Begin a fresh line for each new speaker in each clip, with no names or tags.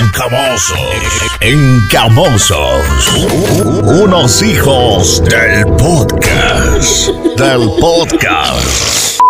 Encamosos. Encamosos. Unos hijos del podcast. Del podcast.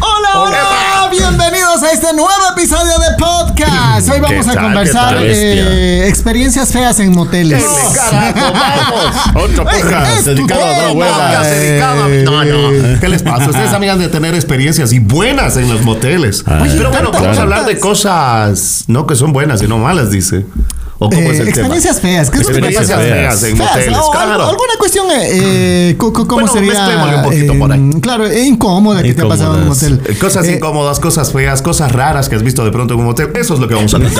Hola, hola, bienvenidos a este nuevo episodio de podcast. Hoy vamos a
tal,
conversar
qué
de
tal, bestia?
experiencias feas en moteles.
Carajo, vamos. Otro
Ey, es
podcast
tu
dedicado a
tema.
dar hueva.
Podcast dedicado a-
No, no. ¿Qué les pasa? Ustedes amigas de tener experiencias y buenas en los moteles.
Ah,
Pero bueno,
tantas,
vamos a
tantas.
hablar de cosas no que son buenas, sino malas, dice. ¿O cómo
Eh,
es el tema?
experiencias feas, ¿qué es lo que
Experiencias
pasa?
feas, en
Feas,
moteles,
o al-
claro.
alguna cuestión, eh, eh, co- co- ¿cómo
Bueno, mezclémosle
sería?
un poquito por ahí.
Claro, eh, incómoda que te ha pasado en un
Incómodas.
motel.
Eh, Cosas
Eh,
incómodas, cosas feas, cosas raras que has visto de pronto en un motel. Eso es lo que vamos a hablar.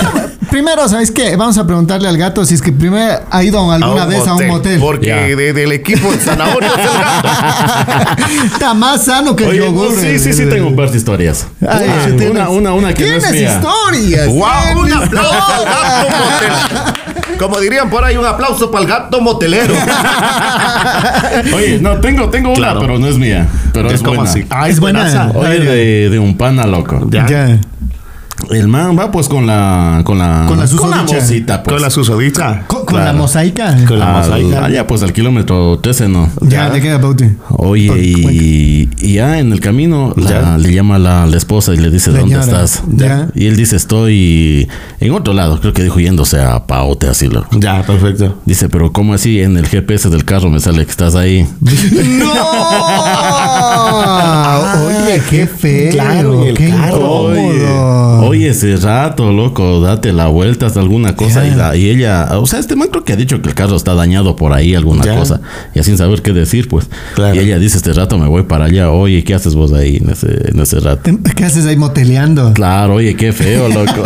Primero, ¿sabéis qué? Vamos a preguntarle al gato si es que primero ha ido alguna vez a un motel.
Porque
Ya.
de- del equipo de zanahoria es el gato.
Está más sano que el
Oye,
yogur.
sí, sí, sí, tengo un par de historias. Ah,
Ay,
Una-
Ah, sí, tienes-
una, una, una que no
Tienes
es mía.
historias.
¡Wow! ¡Un
tienes
aplauso al gato
historias.
motelero! Como dirían por ahí, un aplauso para el gato motelero.
Oye, no, tengo, tengo una,
Claro.
pero no es mía. Pero es
como
buena.
así.
Ah, es buena.
buenaza.
Oye, de, de un pana loco.
Ya.
Ya.
El man va pues con la... Con la...
Con la susodicha.
mocita, pues.
Con la susodicha.
Co- Con,
Claro.
la mosaica.
Con la
Al-
mosaica.
Allá pues al kilómetro 13, ¿no?
Ya,
Ya.
le queda paute.
Oye,
Con-
y, y ya en el camino la-
Ya.
le llama la, la esposa y le dice, ¿dónde
Señora,
estás?
ya.
Y él dice, estoy en otro lado. Creo que dijo yéndose a Paote, así lo...
Ya, perfecto.
Dice, pero ¿cómo así? En el GPS del carro me sale que estás ahí.
¡No! Oye, qué feo.
Ah, claro, en el
qué
carro.
Oye,
incómodo.
oye, ese rato, loco, date la vuelta hasta alguna cosa
Ya.
y, la- y ella, o sea, este man creo que ha dicho que el carro está dañado por ahí, alguna
Ya.
cosa, ya sin saber qué decir, pues.
Claro.
Y ella dice, este rato me voy para allá, oye, ¿qué haces vos ahí en ese, en ese rato?
¿Qué haces ahí moteleando?
Claro, oye, qué feo, loco.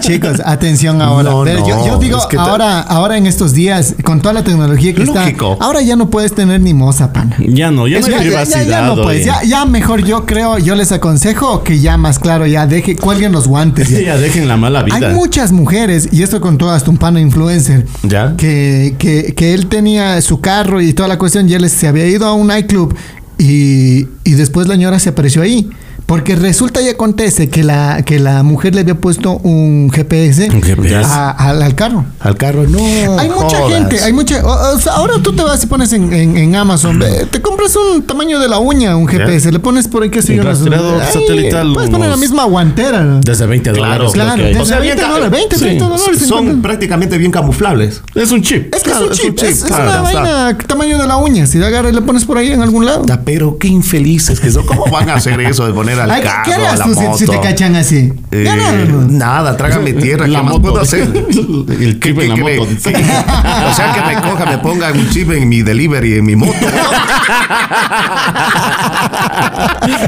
Chicos, atención ahora.
No,
Pero yo,
no,
yo digo,
es que te-
ahora, ahora en estos días, con toda la tecnología que
Lógico.
está, ahora ya no puedes tener ni moza, pana.
ya no, ya
Ya,
no
ya,
hay
ya,
privacidad.
ya no, pues,
oye.
ya, ya mejor yo creo, yo les aconsejo que ya más claro, ya deje, cuelguen los guantes. ya.
Sí, ya dejen la mala vida.
Hay muchas mujeres, y esto con todas, un pana influencer,
Ya.
que, que, que él tenía su carro y toda la cuestión, y él se había ido a un nightclub y, y después la señora se apareció ahí. Porque resulta y acontece que la, que la mujer le había puesto un GPS,
Un GPS.
a- al, al carro.
Al carro, no.
Hay mucha
jodas.
gente, hay mucha. o- o sea, ahora tú te vas y pones en, en- en Amazon, ve, te compras un tamaño de la uña, un GPS, le pones por ahí que
Un rastreador satelital,
Puedes poner la
unos-
misma guantera. ¿no?
Desde 20
Claro,
dólares. creo
claro,
que hay.
desde
O sea, bien
20
ca-
dólares, 20,
sí,
30 dólares.
Son
50.
prácticamente bien camuflables.
Es un chip.
Es que
claro,
es un chip, es, es
claro,
una
ya está.
vaina tamaño de la uña. Si le agarras y le pones por ahí en algún lado.
Ta, Pero qué infelices que son. ¿Cómo van a hacer eso de poner al
Ay, ¿Qué
carro,
qué
a
harás
la
tú si-
moto?
si, te cachan así?
Eh,
¿Qué harás, no?
nada, trágame tierra. ¿Qué
La
más
moto.
puedo hacer?
El chip en la
me-
moto.
sí. O sea, que me coja, me ponga un chip en mi delivery, en mi moto.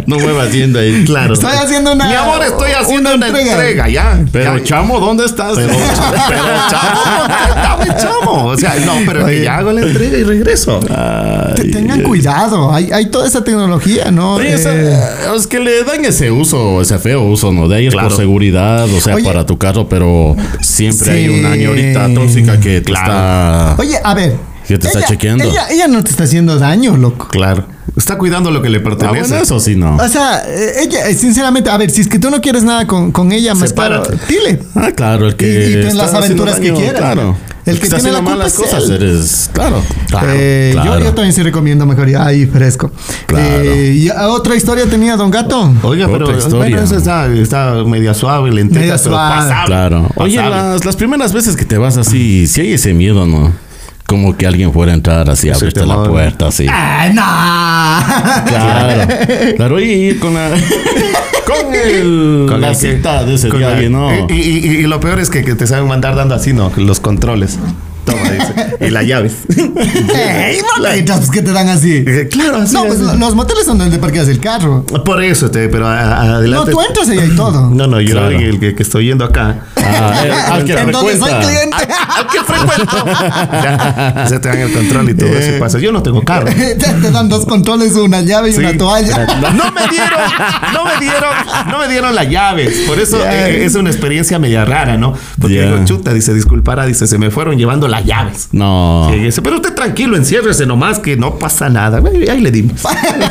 No muevas tienda ahí.
Claro.
Estoy haciendo una.
Mi amor, estoy haciendo una, entrega. ya.
Pero
ya.
chamo, ¿dónde estás?
Pero, pero chamo, dame chamo. O sea, no, pero que ya hago la entrega y regreso.
Ah.
Te-
eh.
tengan cuidado. Hay, hay toda esa tecnología, ¿no?
Oye,
Eh,
o sea, es que le dan ese uso, ese feo uso, ¿no? De ahí es
Claro.
por seguridad, o sea,
Oye.
para tu carro, pero siempre hay
Sí.
una ñorita tóxica que te
Claro.
está...
Oye, a ver.
¿Qué te está
ella-
chequeando?
Ella, ella no te está haciendo daño, loco.
Claro. Está cuidando lo que le
Ah, bueno,
pertenece.
eso sí, no.
O sea, eh, ella, eh, sinceramente, a ver, si es que tú no quieres nada con, con ella, más claro,
Sepárate.
dile.
Ah, claro, el que.
Y- y tú en
está
las
haciendo
aventuras que quieras, ¿no?
Claro.
El que
está
tiene la
haciendo
culpa
malas
es
cosas
él.
eres. Claro. Claro.
Eh, yo-
claro.
Yo, también sí recomiendo mejor ya ahí fresco.
Claro.
Eh, y a- otra historia tenía Don Gato.
Oiga,
Otra
pero
historia.
bueno, eso está, está media suave, lentita,
Media
pero
suave.
pasable.
Claro. Oye,
Pasable.
las, las primeras veces que te vas así, si hay ese miedo, ¿no? Como que alguien fuera a entrar así, a abrirte
te
la
mueve. Ah,
puerta, así.
¡Ay, no!
Claro. Claro, y ir con la. Con el.
Con
la Eh,
el que-
cita de ese
con
día
la-
que no.
Y, y- y- y lo peor es que, que te saben mandar dando así, ¿no? Los controles. Toma, dice. y las llaves.
¡Ey, maldita, pues, ¿Qué te dan así?
Eh, Claro, así
No,
es.
pues los moteles son donde parqueas el carro.
Por eso, te, pero a- a-
No,
adelante.
tú entras y hay todo.
No, no, yo
Claro.
el que, que estoy yendo acá.
Ah, eh, al que
en donde soy
frecuenta.
cliente.
¿A qué frecuento? ya, se te dan el control y todo eso y pasa. Yo no tengo carro.
te, te dan dos controles, una llave y una
Sí.
toalla.
No me dieron, no me dieron, no me dieron las llaves. Por eso eh, es una experiencia media rara, ¿no? Porque
Ya.
digo, chuta, dice, disculpara, dice, se me fueron llevando la las llaves.
No.
Sí, ese, pero usted tranquilo, enciérrese nomás que no pasa nada. Güey, Ahí le dimos.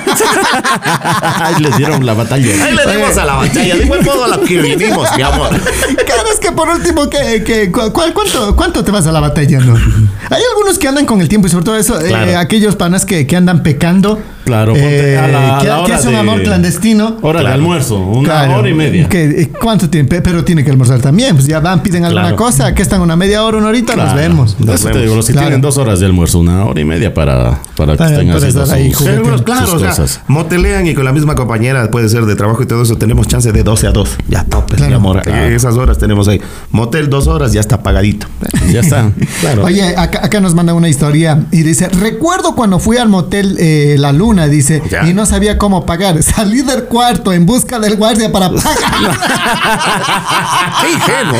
Ahí les dieron la batalla.
Ahí le dimos a la batalla. De igual modo a la que vinimos, mi amor.
Claro, es que por último, que, que, cu- cu- cuánto, ¿cuánto te vas a la batalla? no? Hay algunos que andan con el tiempo y sobre todo eso, eh,
Claro.
aquellos panas que, que andan pecando.
Claro, ponte
eh,
a la- a
que,
la
que
hora
es un
de-
amor clandestino.
Hora de
Claro.
almuerzo, una
Claro,
hora y media.
que, eh, ¿Cuánto tiempo? Pero tiene que almorzar también. Pues ya van, piden alguna
Claro.
cosa. Que están una media hora, una horita, nos
Claro.
vemos.
Eso
Nos
te
vemos.
digo, si
Claro.
tienen dos horas de almuerzo, una hora y media para, para que
Para-
estén
para
haciendo
estar ahí
sus-
jugando.
Algunos, claro,
Sus
o sea,
cosas.
motelean y con la misma compañera puede ser de trabajo y todo eso, tenemos chance de 12 a 2. Ya topes,
Claro.
mi amor. Eh,
Claro.
Esas horas tenemos ahí. Motel dos horas, ya está pagadito.
Ya está.
Claro.
Oye, acá, acá nos manda una historia y dice, recuerdo cuando fui al motel eh, La Luna, dice,
Ya.
y no sabía cómo pagar. Salí del cuarto en busca del guardia para pagar.
¡Qué ingenuo!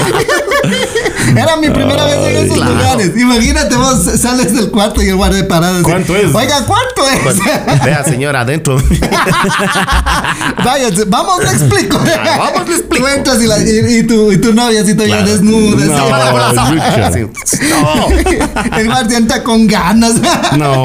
Era mi primera vez en esos
claro.
lugares. Imagínate vos, sales del cuarto y el guardia parado. dice,
¿Cuánto es?
Oiga, ¿cuánto es?
Vea, señora, adentro.
Vaya, vamos, te explico.
vamos, te explico.
Tú entras y, la- y- y tu, y tu novia así todavía
Claro.
desnuda.
No,
así.
Lucha.
Así, no.
El guardia entra con ganas.
No,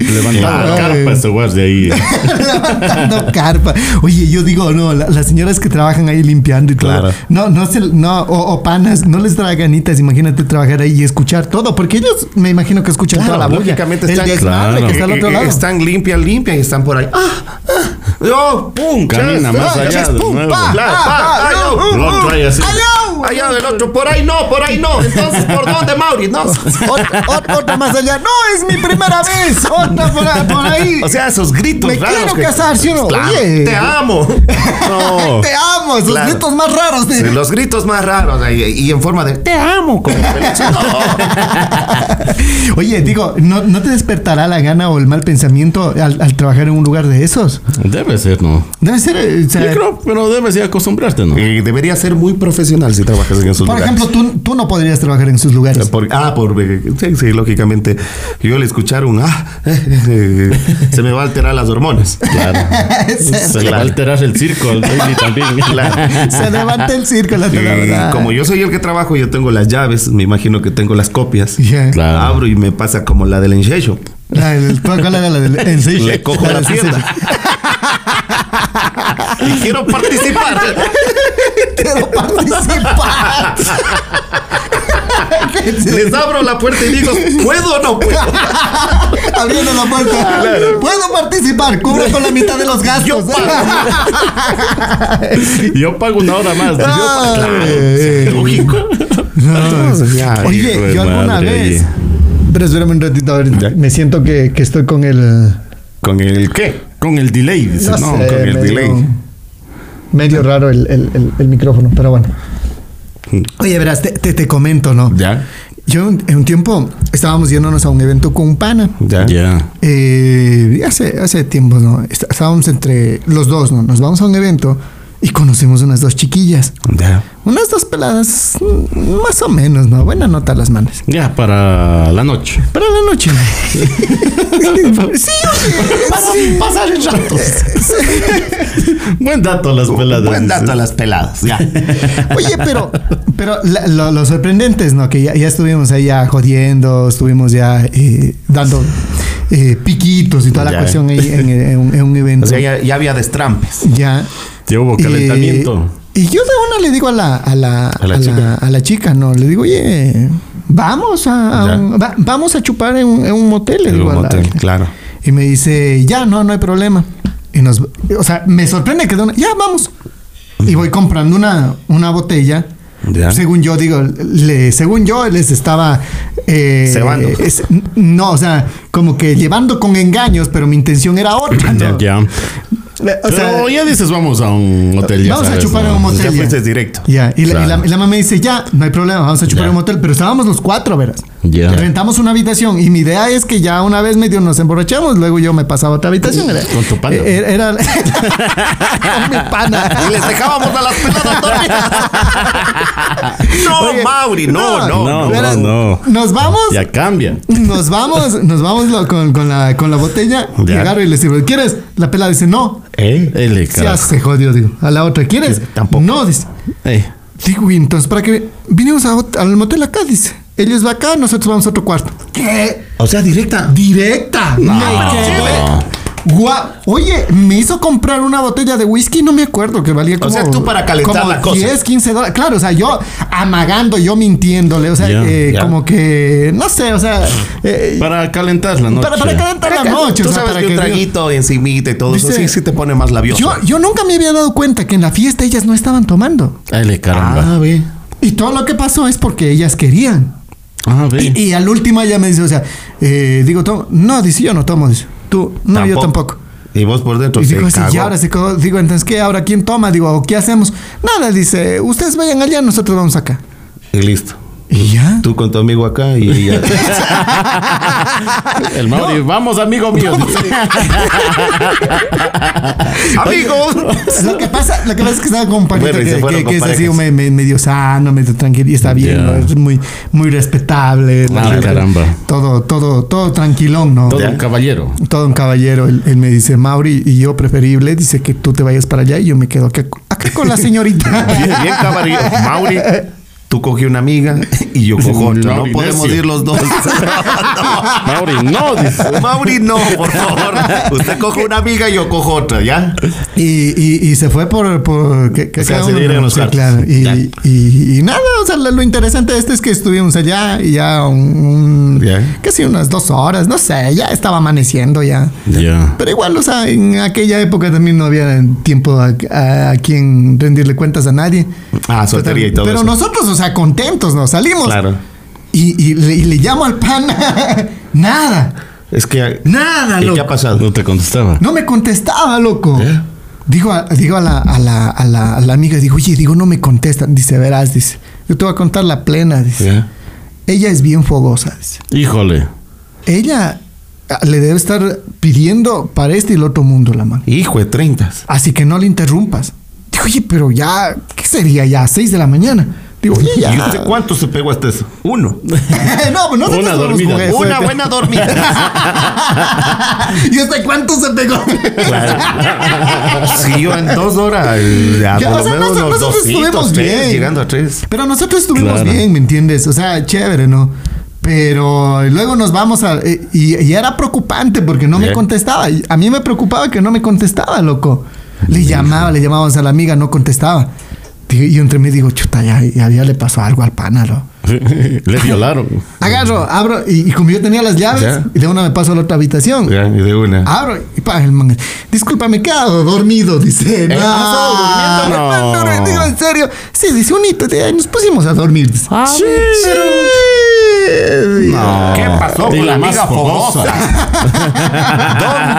levantando
Claro.
la carpa ese guardia ahí.
levantando carpa. Oye, yo digo, no, la- las señoras que trabajan ahí limpiando y todo.
Claro.
No, no se, no, o, o panas, no les trae ganitas, imagínate trabajar ahí y escuchar todo, porque ellos me imagino que escuchan
Claro,
toda la bulla.
lógicamente
el
están-
desmadre
Claro.
que está al otro
Eh, eh,
lado.
Están limpias, limpias y están por ahí. ¡Ah! ah, ¡Oh! ¡Pum!
Camina
chas,
más
ah,
allá
chas,
de
¡Pum!
nuevo.
¡Pa!
Claro,
ah, ah,
pa,
ah,
uh,
ah,
Lo trae así.
¡Aló!
Allá del otro, por ahí no, por ahí no. Entonces, ¿por dónde, Mauri? No.
Ot- ot- otra más allá. No, es mi primera vez. Otra por, a- por ahí.
O sea, esos gritos
Me
raros.
quiero
que-
casar, ¿sí o no?
Claro,
Oye.
te amo.
No.
Te amo, esos
Claro.
gritos más raros. de-
Sí, los gritos más raros ahí, y en forma de te amo. Como peluche.
Oye, digo, ¿no, ¿no te despertará la gana o el mal pensamiento al, al trabajar en un lugar de esos?
Debe ser, ¿no?
Debe ser. eh, o
Yo
sea,
creo, pero debes ya acostumbrarte, ¿no?
Y debería ser muy profesional si trabajas en esos
por
lugares.
ejemplo, tú, tú no podrías trabajar en sus lugares.
Por- ah, por sí, sí, lógicamente. Yo le escuchar un ah, eh, eh, eh, se me va a alterar las hormonas.
Se le va a alterar el circo al baby también.
Se levanta el circo, la
Y
verdad.
como yo soy el que trabajo, yo tengo las llaves, me imagino que tengo las copias.
Yeah.
Claro.
Abro y me pasa como la del enchecho.
La, el- ¿Cuál era la del en sí?
Le cojo la
del-
pierna. y quiero participar.
Quiero participar.
Les abro la puerta y digo, ¿puedo o no puedo?
Abriendo la puerta. Puedo participar. Cubro con la mitad de los gastos.
Yo pago.
Yo pago una hora más.
Ah, eh,
Lógico. Entonces, ya,
Oye,
hijo
yo
de
alguna
madre,
vez.
oye.
Pero espérame un ratito, a ver, me siento que, que estoy con el.
¿Con el qué?
Con el delay, dice.
No,
No,
sé,
con el
medio,
delay.
medio raro el, el- el- el micrófono, pero bueno. Oye, verás, te, te- te comento, ¿no?
Mm. Ya.
Yo un- en un tiempo estábamos yéndonos a un evento con un pana.
Ya.
Ya.
Eh, hace, hace tiempo, ¿no? Est- Estábamos entre los dos, ¿no? Nos vamos a un evento y conocimos unas dos chiquillas.
Ya.
Unas dos peladas, mm, más o menos, ¿no? Buena nota las manos.
Ya, para la noche.
Para la noche. sí, oye. sí.
Pasar el rato.
Buen dato las peladas.
Buen dato a
dice.
las peladas. Ya.
Oye, pero, pero la- lo, lo sorprendente es, ¿no? Que ya, ya estuvimos ahí ya jodiendo, estuvimos ya eh, dando eh, piquitos y toda la
Ya.
cuestión ahí en, en un- en un evento.
O sea, ya, ya había destrampes.
Ya.
Ya hubo calentamiento.
Eh, y yo de una le digo a la, a la, a
la
la-
chica.
a la chica, no, le digo, oye, vamos a, a
Ya.
un- va- vamos a chupar en un, en un motel, le
En
digo
un
a la-
motel, claro.
Y me dice, ya, no, no hay problema. Y nos, o sea, me sorprende que de una, ya, vamos. Y voy comprando una, una botella.
Ya.
Según yo, digo, le, según yo les estaba... Eh,
Cebando.
es- no, o sea, como que llevando con engaños, pero mi intención era otra. ¿no?
Ya.
O
Pero
sea,
ya dices, vamos a un hotel. ya
Vamos a
sabes,
chupar
¿no?
en un motel.
Ya
ya.
fuiste directo.
Ya, y, la, y la-
Claro.
y la mamá me dice, ya, no hay problema, vamos a chupar
Ya.
en un hotel, pero estábamos los cuatro, verás.
Ya.
Rentamos una habitación y mi idea es que ya una vez medio nos emborrachamos, luego yo me pasaba a otra habitación. Era,
Con tu pana.
eh, Era, con mi pana.
Y les dejábamos a las peladas dormidas. No,
Oye,
Mauri, no, no.
No,
no.
Verás,
no.
Nos vamos.
Ya cambia.
Nos vamos, nos vamos lo- con, con la, con la botella. Y
Ya.
agarro y le digo, ¿quieres? La pela dice, no.
¿Eh?
Ele,
Ya
carajo.
se jodió, digo. A la otra, ¿quieres?
Tampoco.
No, dice.
Eh,
Digo, y entonces, ¿para qué? Vinimos a ot- al motel acá, dice. Ellos va acá, nosotros vamos a otro cuarto. ¿Qué?
O sea, directa. Ah.
Directa. Me quedé. Guau. Oye, me hizo comprar una botella de whisky, no me acuerdo que valía como.
sea, tú para calentar
como
la cosa.
10, 15 dólares. Claro, o sea, yo amagando, yo mintiéndole. O sea,
Ya,
eh,
ya.
como que. No sé, o sea. eh,
Para calentar la noche.
para, para calentar la noche.
Tú
o sea,
sabes
para
que un
diga-
traguito encimita y todo eso
Dice-
sí, sí te pone más labioso.
Yo, yo nunca me había dado cuenta que en la fiesta ellas no estaban tomando.
Ay, le caramba.
ah, ve.
Y todo lo que pasó es porque ellas querían.
Ah, ve.
Y, y al último ella me dice, o sea, eh, digo, tomo. No, dice, yo no tomo, dice. Tú, no, yo tampoco.
Y vos por dentro
Y
Pues se
digo, así,
cagó.
y ahora se cagó. Digo, entonces, ¿qué? ¿Ahora quién toma? Digo, ¿o ¿qué hacemos? Nada, dice, ustedes vayan allá, nosotros vamos acá.
Y listo.
Y ya.
Tú con tu amigo acá y ella.
El Mauri, vamos, amigo mío. dice.
¡Amigos!
Lo que pasa, lo que pasa es que estaba con un panita
Bueno, y se
que,
fueron
que-
con
que es así
parejas.
me- me- medio sano, medio tranquilo y está bien,
Ya.
¿no? es muy, muy respetable. la
Ah,
verdad.
caramba.
Todo, todo, todo tranquilón, ¿no?
Todo un caballero.
Todo un caballero. Él, él me dice, Mauri, y yo preferible, dice que tú te vayas para allá y yo me quedo acá, acá con la
Bien,
señorita.
bien caballero. Mauri, tú cogí una amiga y yo cojo otra. No
Mauri,
podemos
necio.
ir los dos. No.
Mauri, no, dice.
Mauri, no, por favor. Usted coge una amiga y yo cojo otra, ¿ya?
y, y, y se fue por... por que, que
O sea,
cada
se
uno-
dieron los
sí,
cartos.
claro. Y,
Ya.
y- y nada, o sea, lo, lo interesante de esto es que estuvimos allá y ya un... un-
Bien.
Casi unas dos horas, no sé, ya estaba amaneciendo ya.
Ya.
Pero igual, o sea, en aquella época también no había tiempo a, a- a quien rendirle cuentas a nadie.
Ah, soltería y todo
Pero
eso.
nosotros, o sea, contentos, nos salimos.
Claro.
Y, y le, y le llamo al pan. nada.
Es que.
Nada,
¿Y
loco.
qué ha ¿Eh? pasado?
No te contestaba.
No me contestaba, loco. Digo, a, digo a, la, a, la, a, la, a la amiga, digo, oye, digo, no me contestan. Dice, verás, dice. Yo te voy a contar la plena, dice.
Ya.
Ella es bien fogosa, dice.
Híjole.
Ella ah, le debe estar pidiendo para este y el otro mundo la mano.
Hijo de 30.
Así que no le interrumpas. Digo, oye, pero ya, ¿qué sería ya? ¿Seis de la mañana? Digo, oye, ya.
¿Y usted cuánto se pegó hasta eso? Uno.
no, pues no te
Una
hagas los
dormida.
juguetes.
Una buena dormida.
¿Y hasta cuánto se pegó?
Sí, yo en dos horas. eh, Ya,
Ya,
por
o
lo
sea,
menos
nosotros-
unos
nosotros
200,
estuvimos
tres,
bien.
llegando a tres.
Pero nosotros estuvimos
Claro.
bien, ¿me entiendes? O sea, chévere, ¿no? Pero luego nos vamos a... eh, Y, y era preocupante porque no me
Bien.
contestaba. Y A mí me preocupaba que no me contestaba, loco. Le llamaba, le llamábamos a la amiga, no contestaba. Digo, Y yo entre mí digo, chuta, ya, ya, ya le pasó algo al pana, ¿no?
Le violaron.
Agarro, abro, y, y como yo tenía las llaves,
Ya.
y de una me paso a la otra habitación.
Ya, y de una.
Abro y pa, el man. Disculpa, me he quedado dormido, dice. No,
ah, estaba Eh, durmiendo,
no,
no.
no, digo, en serio. Sí, dice un hito, dice, "Ay, nos pusimos a dormir. dice.
Ah,
Sí,
No.
¿Qué pasó
Y
con
la
la
más
amiga fogosa?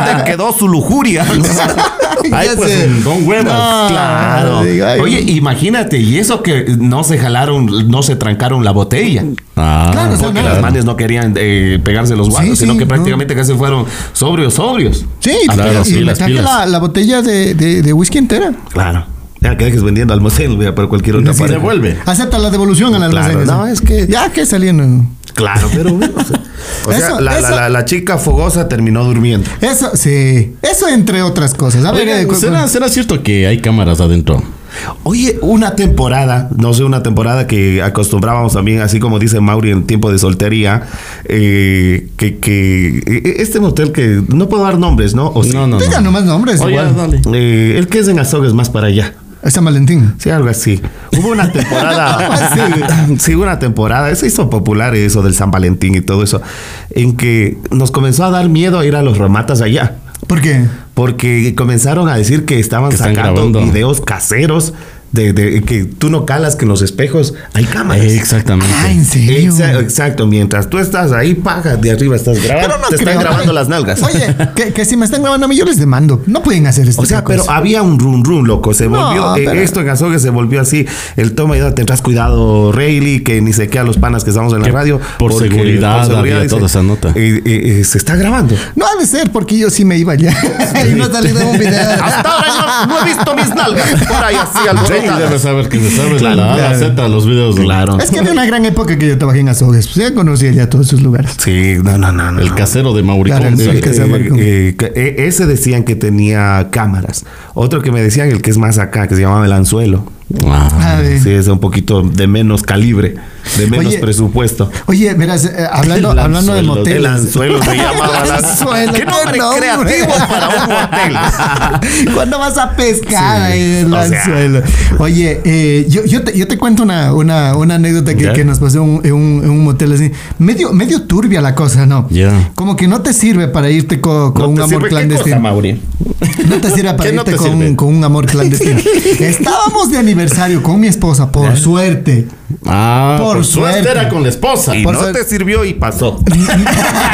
¿Dónde quedó su lujuria?
Ay,
Ya
pues,
sé.
don huevas.
No.
Claro.
Digo, ay,
Oye, imagínate, y eso que no se jalaron, no se trancaron la botella.
Ah,
Claro, o sea,
Porque
no.
las manes no querían eh, pegarse los guantes,
Sí,
sino
sí,
que
no.
prácticamente casi fueron sobrios, sobrios.
Sí,
Ah, claro,
y
sí,
me
las
traje
pilas.
la, la botella de, de, de whisky entera.
Claro. Ya que dejes vendiendo almacén, vea, pero cualquier otra
Y se
pareja.
devuelve.
Acepta la devolución al
Claro,
almacén.
no,
sí.
es que-
Ya que saliendo.
Claro, pero. bueno, o sea, o sea,
Eso-
la, la-
eso-
la- la chica fogosa terminó durmiendo.
Eso, sí. Eso entre otras cosas. A ver, eh,
Oigan,
cu- cu-
¿será, será cierto que hay cámaras adentro?
Oye, una temporada, no sé, una temporada que acostumbrábamos también, así como dice Mauri en tiempo de soltería, eh, que, que eh, este motel que no puedo dar nombres, ¿no? O sí.
No, no,
Diga
no.
nomás nombres.
Oye,
igual.
dale.
Eh, el que es en Azogues más para allá.
San Valentín.
Sí, algo así. Hubo una temporada. sí, una temporada. Se hizo popular eso del San Valentín y todo eso. En que nos comenzó a dar miedo a ir a los ramatas allá.
¿Por qué?
Porque comenzaron a decir que estaban
Que están
sacando
grabando.
videos caseros de, de- que tú no calas que en los espejos hay cámaras.
Exactamente.
Ah, en serio.
Exa- Exacto, mientras tú estás ahí, paja, de arriba estás grabando,
Pero no
te están
creo.
grabando
Ay,
las nalgas.
Oye, que, que si me están grabando a mí, yo les demando. No pueden hacer este esto.
O sea, pero había un run run, loco. Se
No,
volvió, eh,
pero-
esto en Azogue se volvió así. El toma y da, tendrás cuidado, Rayleigh, que ni se queda los panas que estamos en la
Que
radio.
por seguridad había toda esa nota.
eh, eh, eh, se está grabando.
No ha de ser porque yo sí me iba ya. y no salí de un video.
Hasta ahora no, no he visto mis nalgas por ahí así al
Sí, debes saber que se sabe la A a la Z los videos. Claro.
Es que había una gran época que yo trabajé en Azogues. Pues ya conocía ya todos sus lugares.
Sí, no, no, no. no.
El casero de Mauricio.
Claro,
Eh,
el que se llama el-
eh, que- eh, ese decían que tenía cámaras. Otro que me decían, el que es más acá, que se llamaba El Anzuelo.
Ah,
A ver.
Sí, es un poquito de menos calibre, de menos
Oye,
presupuesto.
Oye, verás, eh, hablando,
El
hablando de
anzuelo, El
moteles.
anzuelo se llamaba. la-
Anzuelo,
¡Qué nombre
nombre!
creativo para un motel!
¿Cuándo vas a pescar ahí en el
o sea.
anzuelo? Oye, eh, yo, yo, te, yo te cuento una, una, una anécdota que,
Ya.
que nos pasó en un, en un- en un motel así. Medio, medio turbia la cosa, ¿no?
Ya.
Como que no te sirve para irte co- con
¿No
un
te
amor
sirve qué cosa,
clandestino.
Mauri?
No te sirve para
¿Qué no
irte
te
con,
sirve?
con un amor clandestino. Estábamos de aniversario con mi esposa, por suerte.
Ah,
Por
pues,
suerte.
suerte era con la esposa.
Y
Por
no
suerte.
te sirvió y pasó.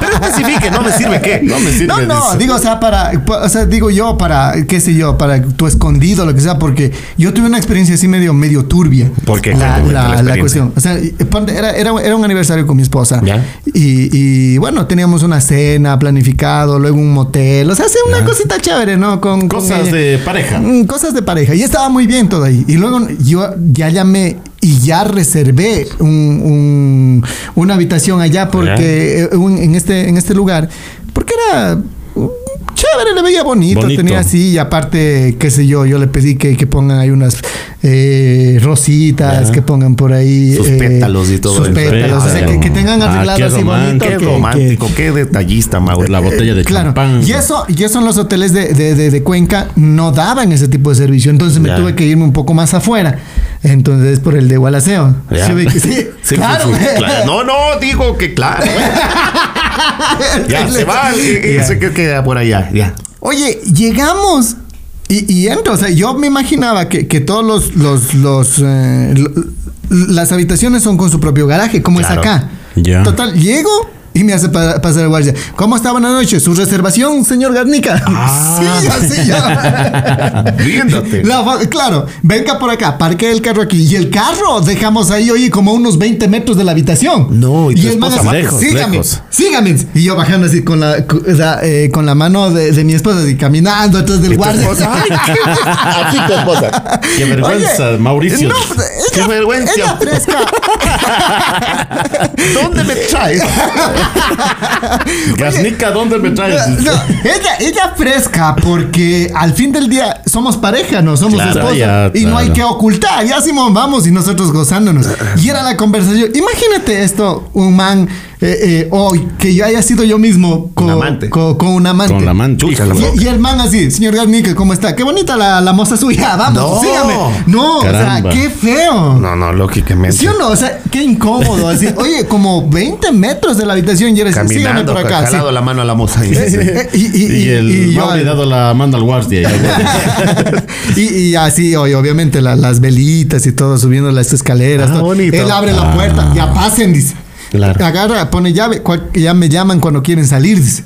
Pero especifique, no me sirve qué. No me sirve.
No, no,
dice.
digo, o sea, para, pa- o sea, digo yo, para, qué sé yo, para tu escondido, lo que sea, porque yo tuve una experiencia así medio, medio turbia.
¿Por qué?
La,
Cuéntame
la-
la
la
experiencia.
cuestión. O sea, y- ponte, era, era, era un aniversario con mi esposa.
Ya.
Y, y, bueno, teníamos una cena planificado, luego un motel, o sea, hace una cosita chévere, ¿no? Con, con
Cosas
ella.
de pareja.
Mm, Cosas de pareja. Y estaba muy bien todo ahí. Y luego yo ya llamé y ya reservé un, un- una habitación allá porque eh, un- en, este, en este lugar, porque era mm, chévere, le veía bonito,
Bonito.
tenía así y aparte, qué sé yo, yo le pedí que, que pongan ahí unas eh, rositas, que pongan por ahí...
Sus
eh,
pétalos y todo
Sus
eso.
pétalos, o sea, que, que tengan
Ah,
arreglado
qué
así bonito.
romántico,
Qué
que- que- Eh,
romántico, qué detallista, Mauri.
La botella de
Claro.
champán.
Y eso, y eso en los hoteles de, de- de- de Cuenca no daban ese tipo de servicio. Entonces me
Ya.
tuve que irme un poco más afuera. Entonces por el de Gualaceo.
Ya.
Sí, ve que- sí,
Sí,
claro.
sí, sí, claro. No, no, digo que claro. ¿eh? ya, se va.
Ya.
Ese que queda por allá. Ya.
Oye, llegamos. Y, y entro, o sea, yo me imaginaba que, que todos los, los, los eh, lo- las habitaciones son con su propio garaje, como
Claro.
es acá.
Ya.
Total, llego y me hace pa- pasar el guardia. ¿Cómo estaba la noche? ¿Su reservación, señor Garnica?
Ah.
Sí, así ya.
Riéndote.
La fa- claro, venga por acá, parque el carro aquí. Y el carro dejamos ahí, oye, como unos 20 metros de la habitación.
No, y tu
el man
esposa,
así,
lejos,
sígame,
lejos".
sígame. Y yo bajando así con la, cu- o sea, eh, con la mano de, de mi esposa, así caminando atrás del guardia.
Aquí tu esposa.
Qué vergüenza,
Oye,
Mauricio.
No, es
Qué
la-
vergüenza.
es la fresca.
¿Dónde me traes?
Gasnica, ¿dónde me traes?
No, ella, ella fresca porque al fin del día somos pareja, no somos
Claro,
esposa
ya,
y no hay
claro.
que ocultar. Ya Simón vamos y nosotros gozándonos. Y era la conversación. Imagínate esto, un man eh, eh, hoy que yo haya sido yo mismo con,
amante.
con, con un amante.
Con la mancha.
Chucha, la
hijo.
Y, y el man así, señor Garnica, ¿cómo está? Qué bonita la, la moza suya, vamos,
No.
sígame. No,
Caramba.
o sea, qué feo.
No, no, lógicamente.
¿Sí o no? O sea, qué incómodo. Así, oye, como 20 metros de la habitación y eres, sígame
Caminando,
por acá. sí.
jalado la mano a la moza. y-
Eh, y, y-
Y
y-
el
y yo-
Mauri dado la manda al guardia.
y- y así, oye, obviamente la- las velitas y todo, subiendo las escaleras.
Ah,
todo.
bonito.
Él abre la puerta, ya pasen, dice.
Claro.
Agarra, pone llave, cua- ya me llaman cuando quieren salir, dice.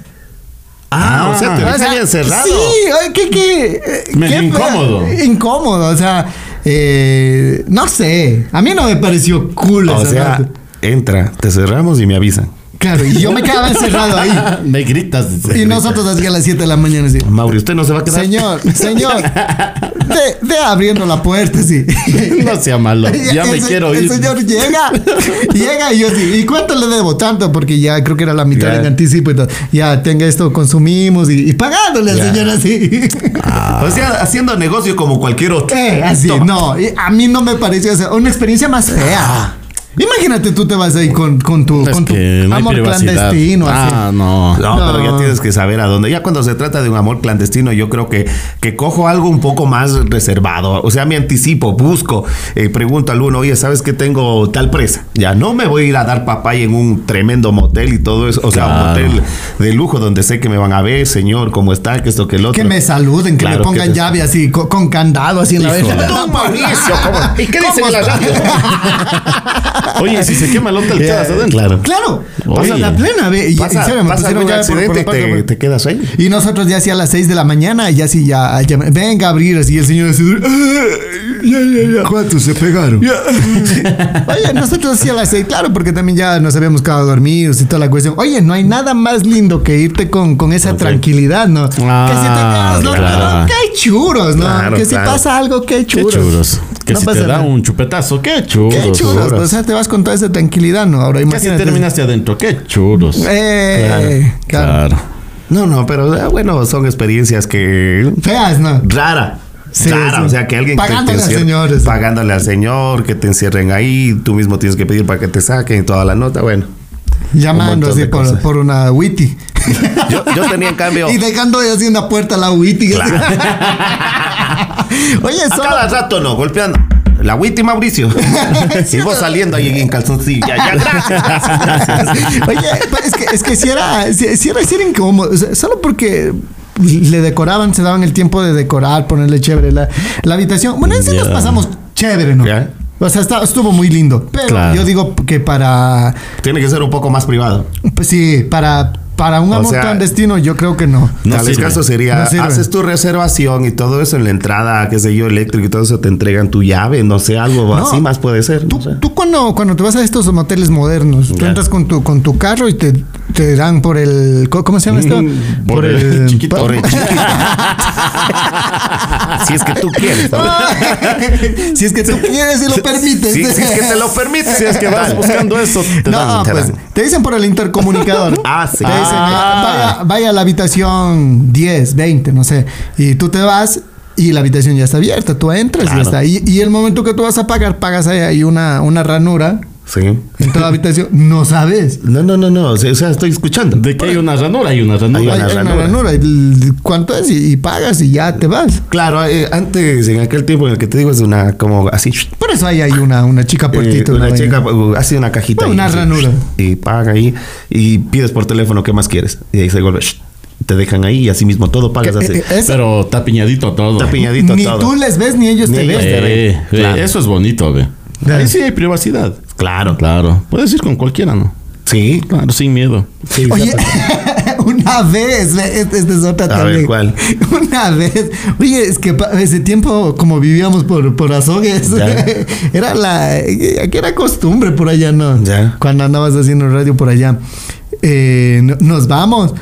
Ah, o sea, te
O sea,
dejan encerrado.
Sí, oye, qué, qué, eh,
Medio
qué fea-
incómodo.
Incómodo, o sea, eh, no sé. A mí no me pareció cool
O
esa
sea,
parte.
entra, te cerramos y me avisan.
Claro, y yo me quedaba encerrado ahí.
Ah, Me gritas.
Y nosotros así a las 7 de la mañana, así.
Mauri, usted no se va a quedar.
Señor, señor, de, de abriendo la puerta, sí.
No sea malo. Ya
El
me
se-
quiero
El
ir.
señor llega, llega y yo sí. ¿Y cuánto le debo? Tanto, porque ya creo que era la mitad
Ya.
en anticipo y todo. Ya, tenga esto, consumimos y, y pagándole al
Ya.
señor así.
O sea, haciendo negocio como cualquier otro.
Eh, así, no. y A mí no me pareció o sea, una experiencia más fea. Imagínate tú te vas ahí con, con tu,
Ah. Es
con tu
que no hay
amor
privacidad.
clandestino. así.
Ah, no.
No,
No.
pero ya tienes que saber a dónde. Ya cuando se trata de un amor clandestino, yo creo que, que cojo algo un poco más reservado. O sea, me anticipo, busco, eh, pregunto al uno, oye, ¿sabes que tengo tal presa? Ya no me voy a ir a dar papaya en un tremendo motel y todo eso. O sea,
Claro.
un motel de lujo donde sé que me van a ver, señor, cómo está, que esto, que el otro.
Que me saluden, que
Claro,
me
que
pongan
te-
llave así, co- con, candado así en la
Híjole.
ventana.
Tú, Mauricio, ¿cómo- ¿Y qué dice
¿Cómo
la
está?
radio?
Oye, si se quema el hotel, quedas adentro.
Claro.
Claro,
Oye.
pasa la plena, ve. Y,
Pasa,
en serio, me
pasa
pusieron
algún
llave por- por
accidente
la
y te,
puerta.
te quedas ahí.
Y nosotros ya así a las 6 de la mañana, ya así ya, ya- venga a abrir así el señor así, "Ah, ya, ya, ya".
¿Cuántos se pegaron?
Oye, nosotros así a las 6, claro, porque también ya nos habíamos quedado dormidos y toda la cuestión. Oye, no hay nada más lindo que irte con, con esa tranquilidad, ¿no?
Ah,
que si te quedas dormido,
claro.
qué churos, ¿no?
Claro,
que si
claro.
pasa algo, qué
Qué
churos.
chulos. Que
No
si
pasa
te da
nada.
un chupetazo, qué chulos.
Qué chulos, o sea, te vas con toda esa tranquilidad, ¿no? Ahora
Casi
imagínate.
terminaste adentro, qué chulos.
Eh, claro.
Claro.
No, no, pero ah, bueno, son experiencias que
Feas, ¿no?
rara.
Sí,
claro,
sí.
o sea, que alguien que
Pagándole al
encierre-
señor, sí.
pagándole al señor, que te encierren ahí, tú mismo tienes que pedir para que te saquen y toda la nota, bueno.
Llamando
montón
así
de
por,
cosas.
por una witty.
Yo, yo tenía en cambio
Y dejando ahí así una puerta a la witty. Oye,
a
solo-
cada rato no, golpeando. La Witty Mauricio. y vos saliendo ahí en calzoncillo. Ya, ya, gracias, gracias, gracias.
Oye, pero es que, es que si era, si, si era, si era incómodo, o sea, solo porque le decoraban, se daban el tiempo de decorar, ponerle chévere la, la habitación. Bueno, en sí nos
Ya.
pasamos chévere, ¿no?
Ya.
O sea, está- estuvo muy lindo. Pero
Claro.
yo digo que para,
Tiene que ser un poco más privado.
pues sí, para, para un
O
amor
sea,
clandestino, yo creo que no.
No
Tal vez
sirve.
caso sería,
No sirve.
haces tu reservación y todo eso en la entrada, qué sé yo, eléctrico y todo eso, te entregan tu llave, no sé, algo
No.
así más puede ser.
Tú,
no sé.
tú cuando, cuando te vas a estos moteles modernos, tú
Ya.
entras con tu, con tu carro y te, te dan por el... ¿Cómo cómo se llama esto?
Mm, por el chiquito. Por el chiquito. si es que tú quieres. ¿no?
si es que tú quieres y lo permites.
Si, si es que te lo permite. Si es que vas buscando eso, te
no,
dan, te
pues
dan.
te dicen por el intercomunicador.
Ah, sí.
Te dicen,
Ah.
vaya, vaya a la habitación 10, 20, no sé. Y tú te vas y la habitación ya está abierta. Tú entras y ya
Claro.
está. Y, y el momento que tú vas a pagar, pagas ahí, ahí una, una ranura
Sí.
en toda la habitación. No sabes.
No, no, no, no. O sea, o sea, estoy escuchando.
De que hay una ranura, hay una ranura.
Hay
Hay,
una
hay una
ranura.
ranura. y- ¿Cuánto es? Y, y pagas y ya te vas.
Claro, eh, antes, en aquel tiempo en el que te digo, es una como así.
Por eso ahí hay una, una chica
eh,
puertito.
una
¿no?
chica uh, hace una cajita.
Una
ahí,
ranura.
Y paga ahí y pides por teléfono qué más quieres. Y ahí se vuelve. Te dejan ahí y así mismo todo pagas.
Eh,
así.
eh, esa-
Pero tapiñadito todo.
Está piñadito
ni
todo.
tú les ves ni ellos
Ni
te
ellos
ven.
te
Eh,
ven.
eh,
este, Claro.
Eso es bonito, ve.
Ya.
Ahí sí hay privacidad.
Claro.
Claro. Puedes ir con cualquiera, ¿no?
Sí.
Claro, sin miedo.
sí,
Oye,
cierto.
una vez, ve, esta esta es otra
A
también.
ver, ¿cuál?
Una vez, oye, es que pa- ese tiempo, como vivíamos por, por azogues,
Ya.
era la. Aquí era costumbre por allá, ¿no?
Ya.
Cuando andabas haciendo radio por allá, eh, no- nos vamos.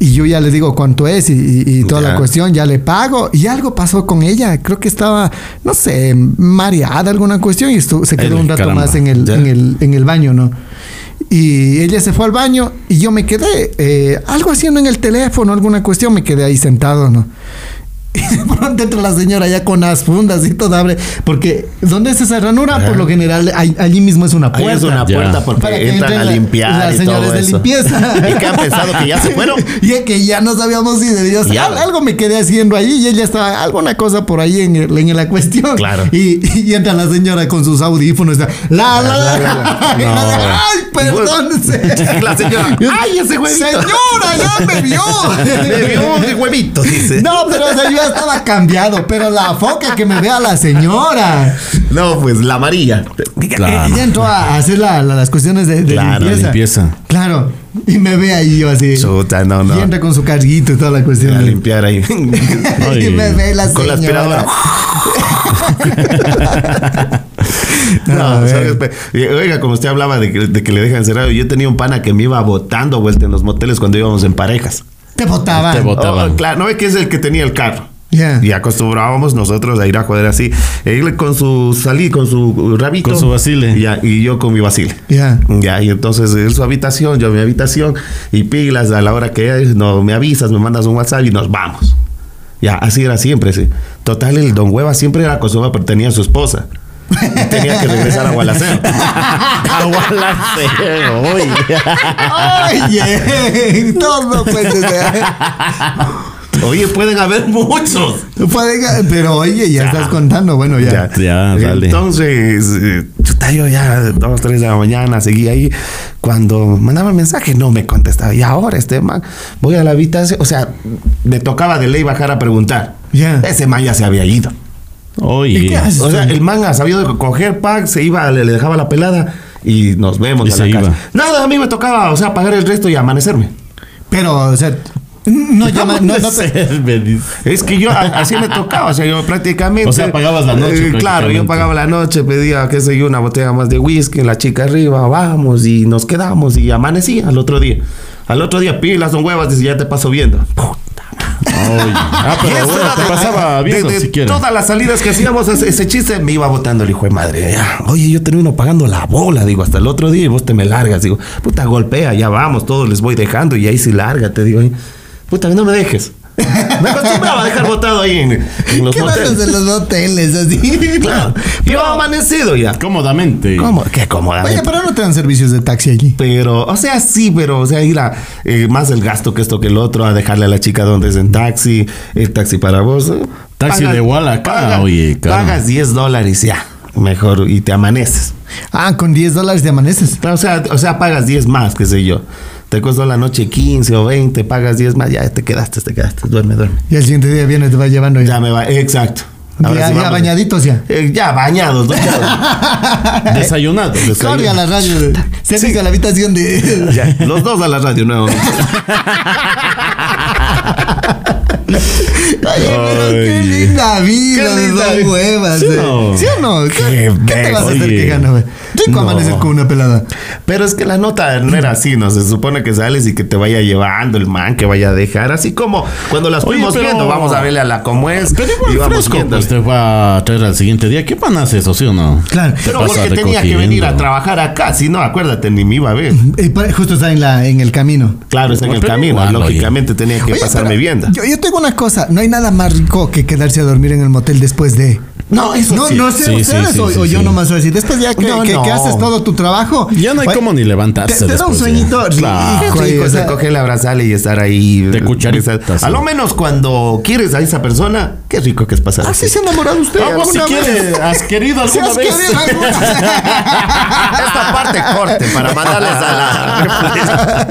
Y yo ya le digo cuánto es y, y- y toda la
Ya.
cuestión, ya le pago. Y algo pasó con ella. Creo que estaba, no sé, mareada alguna cuestión y estu- se quedó
Ay,
un rato
caramba.
más en el,
Ya.
en, el, en el baño, ¿no? Y ella se fue al baño y yo me quedé eh, algo haciendo en el teléfono, alguna cuestión, me quedé ahí sentado, ¿no? Y de pronto entra la señora ya con las fundas y todo abre, porque ¿dónde es esa ranura?
Ajá.
Por lo general, ahí- allí mismo es una
Ahí
puerta.
es una
Ya.
puerta porque
Para que
entran
entren
a
la-
limpiar.
las
y
señoras
todo
de
eso.
limpieza.
Y que han pensado que ya se fueron.
Y es que ya no sabíamos si debías.
Ya.
al- algo me quedé haciendo ahí y ella estaba alguna cosa por ahí en, el- en la cuestión.
Claro.
Y, y entra la señora con sus audífonos. La, la, la, la,
la, la.
Y la
No.
de- Ay, perdón.
La señora, "Ay, ese huevito".
Señora, ya me vio.
Me vio de huevito, dice.
No, pero o sea, yo ya estaba cambiado. Pero la foca que me vea la señora.
No, pues la amarilla.
Claro.
Ella entró a hacer la- la- las cuestiones de, de
Claro,
limpieza.
limpieza.
Claro. Y me ve ahí yo así.
Chuta, no, no.
Y entra con su carguito y toda la
A
cuestión.
limpiar ahí.
y
Ay.
me ve la
Con la
señora.
aspiradora. No, ¿sabes? Pe- y, Oiga, como usted hablaba de que, de que le dejan encerrado, yo tenía un pana que me iba botando vuelta en los moteles cuando íbamos en parejas.
Te botaban.
Te bot- Botaban.
Oh, claro, no es que es el que tenía el carro.
Ya.
Y acostumbrábamos nosotros a ir a joder así. Él con su salí, con su rabito.
Con su Basile.
Ya, y yo con mi Basile.
Ya.
Ya, y entonces él su habitación, yo mi habitación, y pilas a la hora que es, no me avisas, me mandas un WhatsApp y nos vamos. Ya, así era siempre, sí. Total, el don Hueva siempre era costumbre, pero tenía su esposa. Y tenía que regresar a Gualaceo.
Agualaceo, oye.
Oye, todo pues. o sea,
Oye, pueden haber muchos.
fue de- pero oye, ya,
Ya.
estás contando. Bueno, ya.
Ya,
Ya, dale.
Entonces, eh, chuta, yo ya dos, tres de la mañana seguí ahí. Cuando mandaba mensaje, no me contestaba. Y ahora este man, voy a la habitación. O sea, me tocaba de ley bajar a preguntar.
Ya.
Ese man ya se había ido.
¿Y qué
Oye.
haces?
O sea, el man ha sabido coger pack, se iba, le, le dejaba la pelada y nos vemos
Y
a
se
la casa.
iba.
Nada, a mí me tocaba, o sea, pagar el resto y amanecerme.
Pero, o sea, no llama, no, no te-
sé, me dice.
Es que yo a- así me tocaba, o sea, yo prácticamente. Eh,
O sea, pagabas la noche,
claro, yo
prácticamente.
pagaba la noche, pedía, qué sé yo, una botella más de whisky, la chica arriba, vamos y nos quedamos y amanecía al otro día. Al otro día, pilas son huevas, dice, ya te paso viendo.
Oye. Ah,
Y
pero
eso
bueno,
era
te
de-
pasaba
de-
viendo
de
siquiera.
Todas las salidas que hacíamos, ese, ese chiste me iba botando el hijo de madre. ya. Oye, yo termino pagando la bola, digo, hasta el otro día y vos te me largas. Digo, puta, golpea, ya vamos, todos les voy dejando y ahí sí lárgate, digo. y, Puta, no me dejes. Me acostumbraba a dejar botado ahí en, en los
¿Qué manos de
moteles.
los hoteles así?
Claro. Yo amanecido ya.
Cómodamente.
¿Cómo? Qué cómoda.
Oye, pero no te dan servicios de taxi allí.
Pero, o sea, sí, pero, o sea, ir a eh, más el gasto que esto que el otro, a dejarle a la chica donde es en taxi, el taxi para vos. eh,
Taxi de Walla acá, oye, caro.
Pagas 10 dólares ya, mejor, y te amaneces.
Ah, con 10 dólares te amaneces.
O sea, o sea, pagas 10 más, qué sé yo. Te costó la noche 15 o 20, pagas 10 más, ya te quedaste, te quedaste, duerme, duerme.
Y al siguiente día viene, te va llevando ya.
Ya me va, exacto. Ahora
Ya,
sí,
ya
vamos.
bañaditos ya.
Eh, ya bañados, ¿no?
Desayunado.
Corre a la radio. Se
Sí.
a la habitación de.
Ya, los dos a la radio nuevamente.
Oye, pero qué
Ay.
linda vida
Qué
de
linda
dos
vida.
huevas.
¿Sí o
eh.
no?
¿Sí o no? ¿Qué, qué te vas a hacer
oye.
que gana, güey? Rico
No.
amanecer con una pelada.
Pero es que la nota no era así, ¿no? Se supone que sales y que te vaya llevando el man, que vaya a dejar, así como cuando las
Oye,
fuimos
pero-
viendo, vamos a verle a la como es.
Pero
y
igual
vamos este
fresco,
viéndole.
pues te va a traer al siguiente día. ¿Qué pan hace eso, sí o no?
Claro.
Te
Pero
pasa
porque tenía que
recogiendo.
venir a trabajar acá, si no, acuérdate, ni me iba a ver.
Y Eh, pa- justo está en, la, en el camino.
Claro, es en el
Pero
camino,
igual, oye.
lógicamente tenía que
Oye,
pasar
pero
mi vivienda.
Yo, yo tengo una cosa. No hay nada más rico que quedarse a dormir en el motel después de.
No, eso
No,
sí.
no sé
Sí, sí,
ustedes
sí,
o,
sí,
o yo
sí.
nomás soy así. Después ya que,
No,
que- que
no.
haces todo tu trabajo.
Ya no hay
Oye,
cómo ni
Te,
levantarse
te da un
después de-
sueñito. rico,
Claro.
oye,
Rico,
o
o sea,
sea,
cogerle, abrazarle y estar ahí.
De cucharitas,
besar. A
sí.
lo menos cuando quieres a esa persona, qué rico que es pasar.
Así se ha enamorado usted.
Ah, pues, si
alguna vez.
quieres, has querido
Si
alguna
has
vez.
querido alguna-
Esta parte corte para mandarles a la.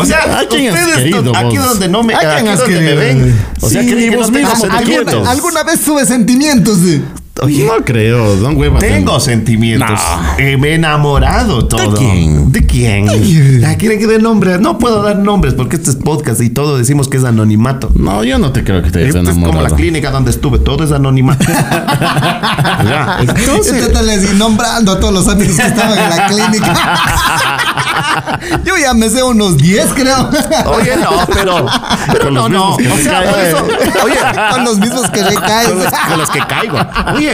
O sea,
¿A quién has
ustedes
querido,
don-
vos?
aquí donde no me,
¿A quién
aquí
has
donde me
querido?
ven. O sea,
Sí,
creen que
vos
no tengo
mismos,
Ah,
sentimientos.
¿Alguna,
Quietos.
alguna vez tuve sentimientos. eh?
Oye,
No creo, don hueva.
tengo sentimientos.
No.
Eh, me he enamorado todo.
quién?
¿De quién?
Ay.
Ah, ¿Quieren que dé nombres? No puedo dar nombres porque este es podcast y todo decimos que es anonimato.
No, yo no te creo que te hayas
Esto es como la
enamorado.
clínica donde estuve, todo es anonimato. Ya, entonces,
Entonces, así Este nombrando a todos los amigos que estaban en la clínica. Yo ya me sé unos 10, creo.
oye, no, pero, pero
Con
no, no.
los
O
mismos que se
sea, por
caen.
eso, oye,
Con los mismos que recaen.
con los que caigo. Oye,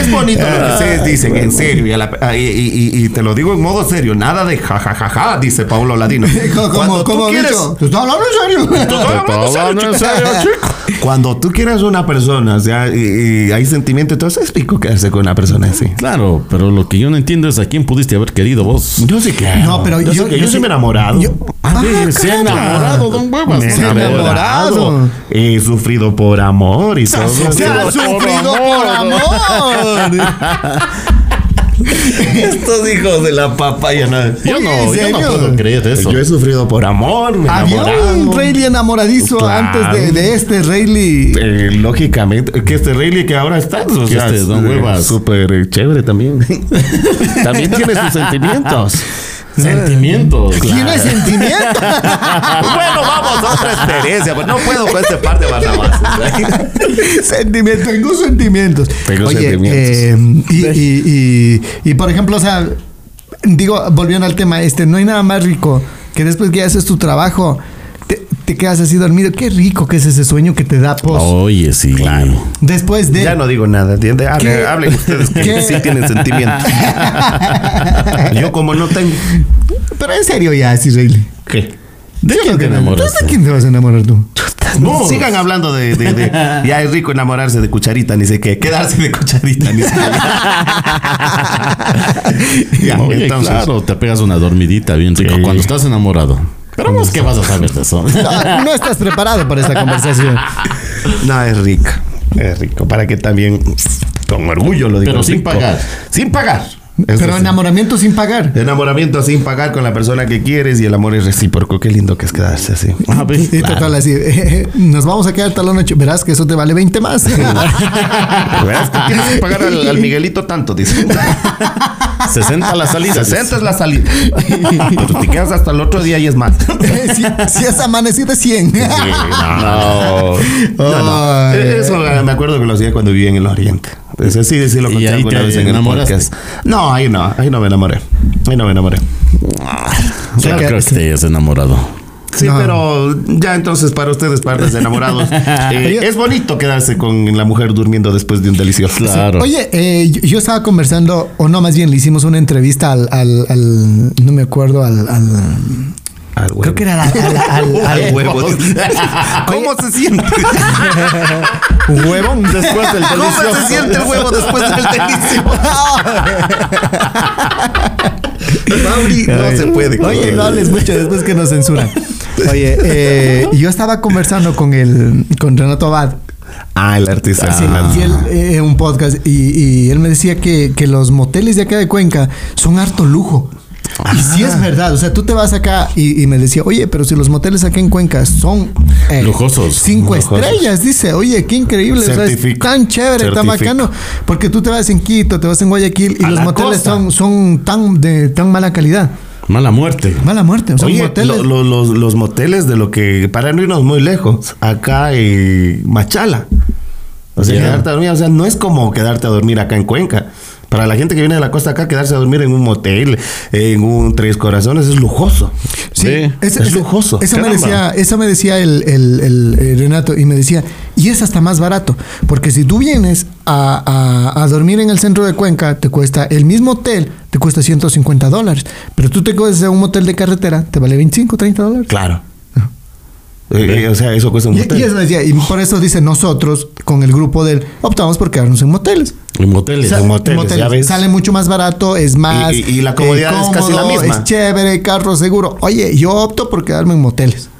es bonito lo que ustedes dicen, en serio. Y, a la- ah, y- y- y- y te lo digo en modo serio, nada de jajajaja, dice Pablo Ladino.
Como,
Cuando
como,
tú
como
quieres-
bicho. ¿Tú estás hablando en
Te
serio?
estoy hablando en
Te
serio,
hablo en
chico.
serio, chico.
Cuando tú quieras una persona, o sea, y, y hay sentimiento, entonces es rico quedarse con una persona así.
Claro, pero lo que yo no entiendo es a quién pudiste haber querido vos.
Yo sí que.
No, pero yo-
sí que-
yo
yo sí
sí-
me he enamorado.
yo-
Ah, ve, se ha enamorado, don Huevas.
Me he
Sí,
enamoré.
¿verdad?
enamorado.
enamorado. He sufrido por amor y todo.
sí,
Se ha
Por
sufrido por amor.
Estos hijos de la papaya. No.
Yo
Oye,
no,
¿en
yo no
serio?
puedo creer eso.
Yo he sufrido por amor, me he
Había
enamorado.
un Rayleigh enamoradizo
Claro.
antes de, de este Rayleigh.
Eh, lógicamente, que este Rayleigh que ahora está, o
Que
sea,
este Don
es, eh,
Huevas.
súper eh, chévere también. también tiene sus sentimientos.
Sentimientos.
Tiene sentimiento.
bueno, vamos, otra experiencia, pues no puedo con este par de barrabás.
Sentimiento, tengo sentimientos.
Tengo
Oye,
sentimientos.
eh, y, y- y- y, por ejemplo, o sea, digo, volviendo al tema este, no hay nada más rico que después que haces tu trabajo, te, te quedas así dormido. Qué rico que es ese sueño que te da pos.
Oye, sí.
Después de...
ya no digo nada, ¿entiendes?
¿Qué?
Hablen, hablen ustedes que
¿Qué?
sí tienen sentimientos. Yo como no tengo...
Pero en serio ya, sí, Rayleigh.
¿Qué?
¿De quién te enamoras?
¿De quién te vas a enamorar tú?
No, sigan hablando de, de- de- Ya es rico enamorarse de cucharita, ni sé qué. Quedarse de cucharita, ni sé qué. ya,
Oye,
entonces...
claro, te pegas una dormidita bien rico
Sí.
cuando estás enamorado. Pero vos qué vas a saber de eso.
No, no estás preparado para esta conversación.
No, es rico. Es rico. Para que también, con orgullo lo digo.
Pero sin
rico.
pagar.
Sin pagar. Eso
Pero
sí.
enamoramiento sin pagar.
Enamoramiento sin pagar con la persona que quieres y el amor es recíproco. Qué lindo que es quedarse así.
Ah, ve,
Y
claro.
total así, eh, eh, nos vamos a quedar hasta la noche. Verás que eso te vale 20 más.
¿Verdad? Que tienes que pagar al, al Miguelito tanto, dice.
60 la salida.
60 es la salida. Pero te quedas hasta el otro día y es más.
Eh, si, si has amanecido 100.
No. No, no.
Ay.
Eso eh, me acuerdo que lo hacía cuando vivía en el Oriente. Entonces, sí, sí lo
Y
conté
ahí
alguna
te
vez en el
enamoraste.
podcast. No, ahí no, ahí no me enamoré. Ahí no me enamoré.
Yo
Saca-
creo que te hayas enamorado.
Sí,
No.
pero ya entonces para ustedes, padres de enamorados, eh, es bonito quedarse con la mujer durmiendo después de un delicioso.
Claro.
Oye, eh, yo, yo estaba conversando, o no, más bien le hicimos una entrevista al, al- al- no me acuerdo, al, al-
Al huevo.
Creo que era la- a la- al, al-
Al huevo. ¿Cómo se siente?
huevón.
Después del
¿Cómo se
delicioso.
siente el huevo después del delicioso?
Mauri, no se puede.
Oye, no hables mucho después que nos censuran. Oye, eh, yo estaba conversando con el con Renato Abad
Ah, el artista.
Sí, y él, eh, un podcast, y, y él me decía que, que los moteles de acá de Cuenca son harto lujo. Y sí
Ah.
es verdad, o sea, tú te vas acá y, y me decía, oye, pero si los moteles acá en Cuenca son eh,
Lujosos.
cinco
Lujosos.
estrellas, dice, oye, qué increíble, o sea, es
Certifico.
tan chévere, tan
Certifico.
bacano, porque tú te vas en Quito, te vas en Guayaquil y
A
los
la
moteles
costa.
son, son tan de tan mala calidad,
Mala muerte.
mala muerte, o sea,
Oye,
moteles.
lo- lo- los, los moteles de lo que. Para no irnos muy lejos. Acá en Machala. O sea,
Ya.
quedarte a dormir. O sea, no es como quedarte a dormir acá en Cuenca. Para la gente que viene de la costa acá, quedarse a dormir en un motel, en un Tres Corazones, es lujoso.
Sí,
Sí,
ese-
es
ese-
lujoso.
Eso me
Caramba.
decía, eso me decía el, el- el, eh, Renato y me decía, y es hasta más barato, porque si tú vienes a, a- a dormir en el centro de Cuenca, te cuesta el mismo hotel, te cuesta 150 dólares, pero tú te coges a un hotel de carretera, te vale 25, 30 dólares.
Claro. Eh, eh, o sea, eso cuesta un
Y,
motel.
y eso decía, y por eso dice nosotros, con el grupo del, optamos por quedarnos en moteles.
En moteles.
Sa-
en moteles, ya ves.
Sale mucho más barato, es más. eh,
Y- y- y la comodidad es casi la misma.
Es chévere, carro seguro. Oye, yo opto por quedarme en moteles.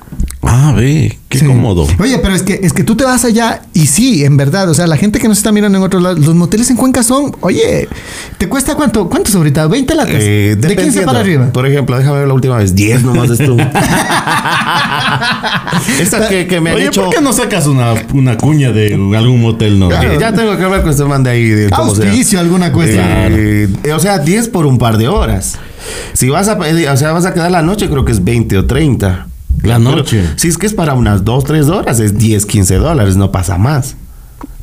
Ah, ve, qué
Sí.
cómodo.
Oye, pero es que, es que tú te vas allá y sí, en verdad, o sea, la gente que nos está mirando en otros lados, los moteles en Cuenca son, oye, ¿te cuesta cuánto? ¿Cuántos ahorita? ¿20 latas? ¿De
Eh,
15
dependiendo.
para arriba?
Por ejemplo, déjame ver la última vez. 10 nomás de esto. Esta que, que me han
Oye,
hecho.
¿por qué no sacas una, una cuña de algún motel? No,
Eh, Ya tengo que hablar con este man de ahí. De, cómo sea.
Auspicio, alguna cuestión.
Eh, eh, o sea, 10 por un par de horas. Si vas a, eh, o sea, vas a quedar la noche, creo que es 20 o 30.
La
Pero
noche.
si es que es para unas 2, 3 horas, es 10, 15 dólares, no pasa más.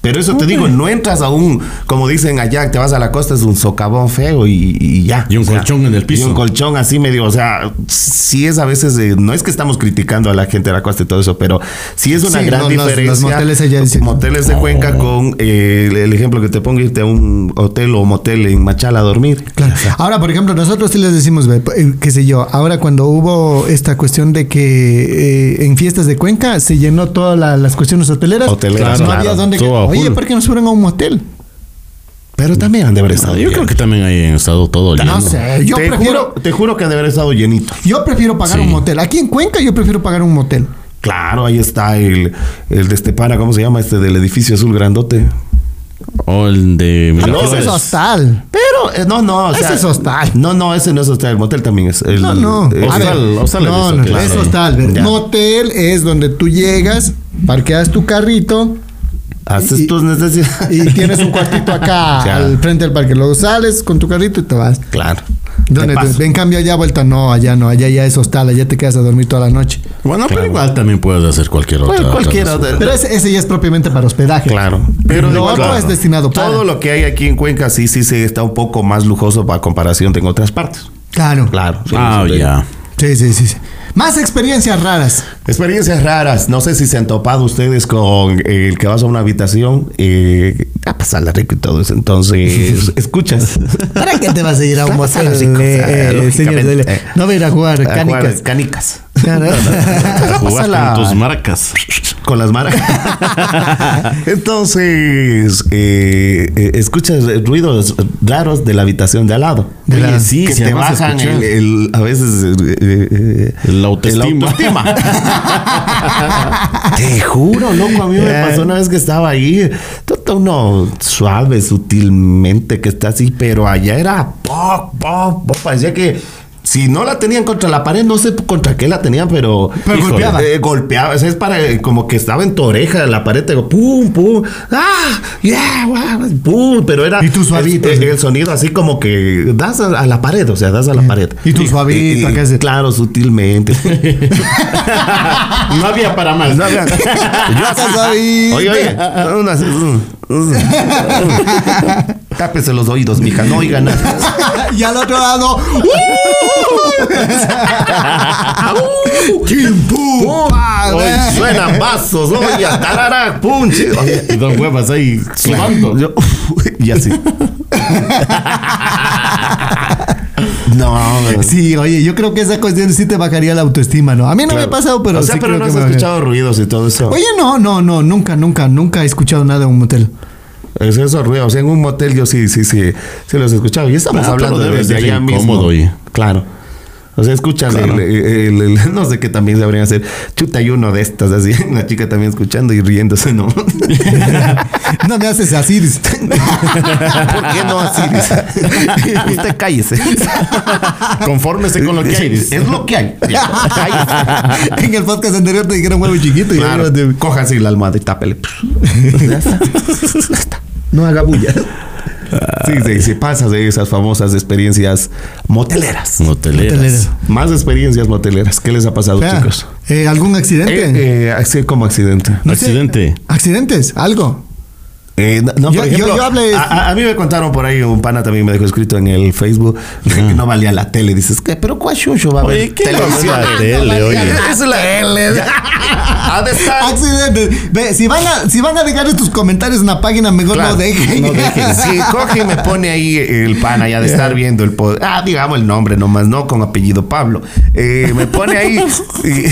Pero eso te digo, no entras a un, como dicen allá, te vas a la costa, es un socavón feo y, y ya.
Y un colchón en el
Y
piso.
un colchón así medio, o sea, sí es a veces, eh, no es que estamos criticando a la gente de la costa y todo eso, pero sí es una
Sí,
gran
los- los- los
diferencia.
moteles allá dicen-
Moteles de
Oh.
Cuenca con eh, el, el ejemplo que te pongo, irte a un hotel o motel en Machala a dormir.
Claro. Ahora, por ejemplo, nosotros sí les decimos, ve, eh, qué sé yo, ahora cuando hubo esta cuestión de que eh, en fiestas de Cuenca se llenó todas la- las cuestiones hoteleras,
Hoteleras,
no
claro.
había dónde...
Estuvo a
Oye,
full.
¿por qué nos fueron a un motel?
Pero también han de haber
Ah,
estado.
yo creo que también hay en estado todo lleno.
No
Ah,
sé, yo
te,
prefiero...
juro, te juro que han de haber estado llenito.
Yo prefiero pagar
Sí.
un motel. Aquí en Cuenca yo prefiero pagar un motel.
Claro, ahí está el, el de Estepana, ¿cómo se llama? Este del edificio azul grandote.
O el de
Ah, no,
Miraflores.
ese es hostal.
Pero, eh, no, no. o
Ese es hostal.
No, no, ese no es hostal. El motel también es. El,
No, no.
el-
A ver,
hostal, hostal es
no,
eso,
no,
claro.
es hostal. ver,
Ya.
Motel es donde tú llegas, parqueas tu carrito
haces
y-
tus necesidades.
y tienes un cuartito acá
Ya.
al frente del parque. Luego sales con tu carrito y te vas.
Claro.
Donde
De
te-
paso.
en cambio allá vuelta, no, allá no, allá ya es hostal, allá te quedas a dormir toda la noche.
Bueno, pero igual también puedes hacer cualquier otra.
Cual-
otra
cualquier
cosa.
otra-
Pero ese, ese ya es propiamente para hospedaje.
Claro.
Pero
de
lo
igual
otro
forma,
es destinado para.
Todo lo que hay aquí en Cuenca sí, sí se está un poco más lujoso para comparación con otras partes.
Claro.
Claro. sí,
Ah,
sí, sí.
ya.
Sí, sí, sí, sí. Más experiencias raras.
Experiencias raras. No sé si se han topado ustedes con eh, el que vas a una habitación eh, a pasarla rico y todo eso. Entonces, escuchas.
¿Para qué te vas a ir a un
Plaza
motel?
Las Ricos,
eh,
ah,
eh,
lógicamente.
señor Dele? no voy a ir a jugar
A
canicas.
jugar canicas.
Claro.
Vas a
Jugar
pasarla-
con tus marcas.
Con las marcas. Entonces, eh, eh, escuchas ruidos raros de la habitación de al lado.
De la-
sí,
que
si
te
además
bajan
escuchas.
el, el- a veces eh, eh, eh,
El autoestima.
el autoestima. te juro, loco, a mí me
Ya.
pasó una vez que estaba ahí, todo uno suave, sutilmente que está así, pero allá era pop, pop, pop, parecía que si no la tenían contra la pared, no sé contra qué la tenían, pero,
Pero
Híjole,
golpeaba.
eh, golpeaba, o sea, es para eh, como que estaba en tu oreja la pared, te digo, pum, pum, ah, yeah, wow, pum, pero era
Y tú suavito,
es-
así.
eh, el sonido así como que das a, a la pared, o sea, das a la pared.
Y tú suavito, acá así.
claro, sutilmente.
No había para más.
No, vean. Oye, oye. Unas- Tápese los oídos, mija. No oigan nada.
y al otro lado. ¡uh! ¡Chim, pum! ¡Pah!
Hoy suenan vasos. Oye, tarara, punche. Oye,
Y dos huevas ahí sudando.
yo- y así. No, no.
Sí, oye, yo creo que esa cuestión sí te bajaría la autoestima, ¿no? A mí no me
Claro.
ha pasado, pero
O sea,
sí
pero
creo
no
que
has
me bajaría.
escuchado ruidos y todo eso.
Oye, no, no, no, nunca, nunca, nunca he escuchado nada de un motel.
Es esos ruidos. O sea, en un motel yo sí, sí, sí, sí los he escuchado. Y estamos
Ah, pero
hablando de,
debe
desde
ser
allá mismo.
incómodo, oye.
Claro. O sea, escuchan
Claro.
el, el- el- el- no sé qué también sabrían hacer. Chuta, y uno de estas, así, una chica también escuchando y riéndose, ¿no? ¿Por
No me haces así. dice.
qué no así? Dice. Usted cállese.
Confórmese con lo que hay. dice.
Es Pues lo que hay. Cállese.
en el podcast anterior te dijeron huevo chiquito. y
Claro,
ahora te-
coja así la almohada y tápele.
No haga bulla.
Sí, sí, sí, pasas de esas famosas experiencias moteleras.
Moteleras.
Motelero.
Más experiencias moteleras. ¿Qué les ha pasado,
O sea,
chicos?
eh, ¿Algún accidente?
Eh, eh, así como accidente.
No sé.
Accidente.
¿Accidentes? ¿Algo?
Eh, no, no,
Yo-
por
yo-
ejemplo,
yo hablé-
a, a- a mí me contaron por ahí, un pana también me dejó escrito en el Facebook que no valía la tele. Dices, ¿qué? ¿Pero cuál chucho va a
Oye,
ver
¿qué televisión?
televisión?
La tele, oye.
Es la tele. Ha de estar-
Accidentes. Ve, si van a, si van a dejar tus comentarios en la página, mejor
Claro,
no dejen.
no dejen. Sí, coge y me pone ahí el pana ya de estar viendo el pod. Ah, digamos el nombre nomás, no con apellido Pablo. Eh, me pone ahí. y-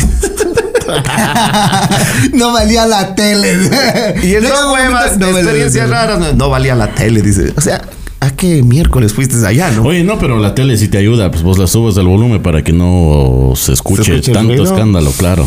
no valía la tele.
Y en
Llega
dos
un momento-
huevas,
no valía la
experiencias
tele.
raras, no, no valía la tele, dice. O sea, ¿a qué miércoles fuiste allá, no?
Oye, no, pero la tele sí te ayuda, pues vos la subes al volumen para que no se escuche,
¿Se escuche el
tanto
ruido?
escándalo, claro.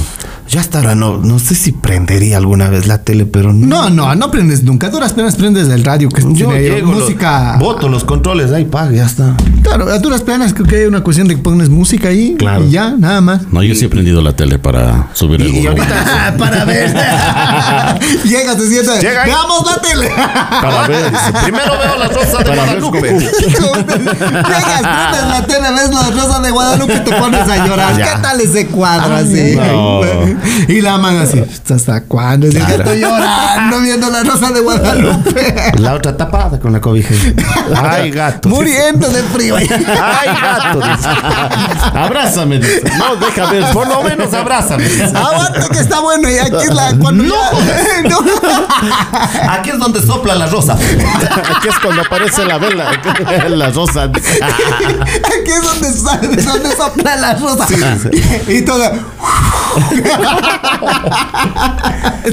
Ya estará, no, no sé si prendería alguna vez la tele, pero no.
No, no, no prendes nunca. Duras penas prendes el radio que
Yo
tiene
llego,
música.
los- boto los controles, ahí paga, Ah, ya está.
Claro, a duras penas creo que hay una cuestión de que pones música ahí
Claro.
y ya, nada más.
No, yo sí he prendido la tele para subir el
Y, y
volumen.
ahorita
Ah, Para ver. Llegas, te sientas.
Llega ahí.
Veamos la tele.
Para ver,
primero veo la rosa de
Para ver
Guadalupe.
Llegas, prendes la tele, ves la rosa de Guadalupe y te pones a llorar.
Ah, Ya. Ah,
¿Qué tal ese cuadro así?
no.
Y la man así, ¿hasta cuándo? Es que
Claro.
estoy llorando viendo la rosa de Guadalupe.
La otra tapada con la cobija. Ay, gato.
Muriendo de frío.
Ay, gato.
abrázame. dice. No, deja ver, por lo menos abrázame. dice.
Aguanta que está bueno y aquí es la cuando ya- no.
Aquí es donde sopla la rosa.
Aquí es cuando aparece la vela, la rosa.
Aquí es donde, sale- donde sopla la rosa. Y toda.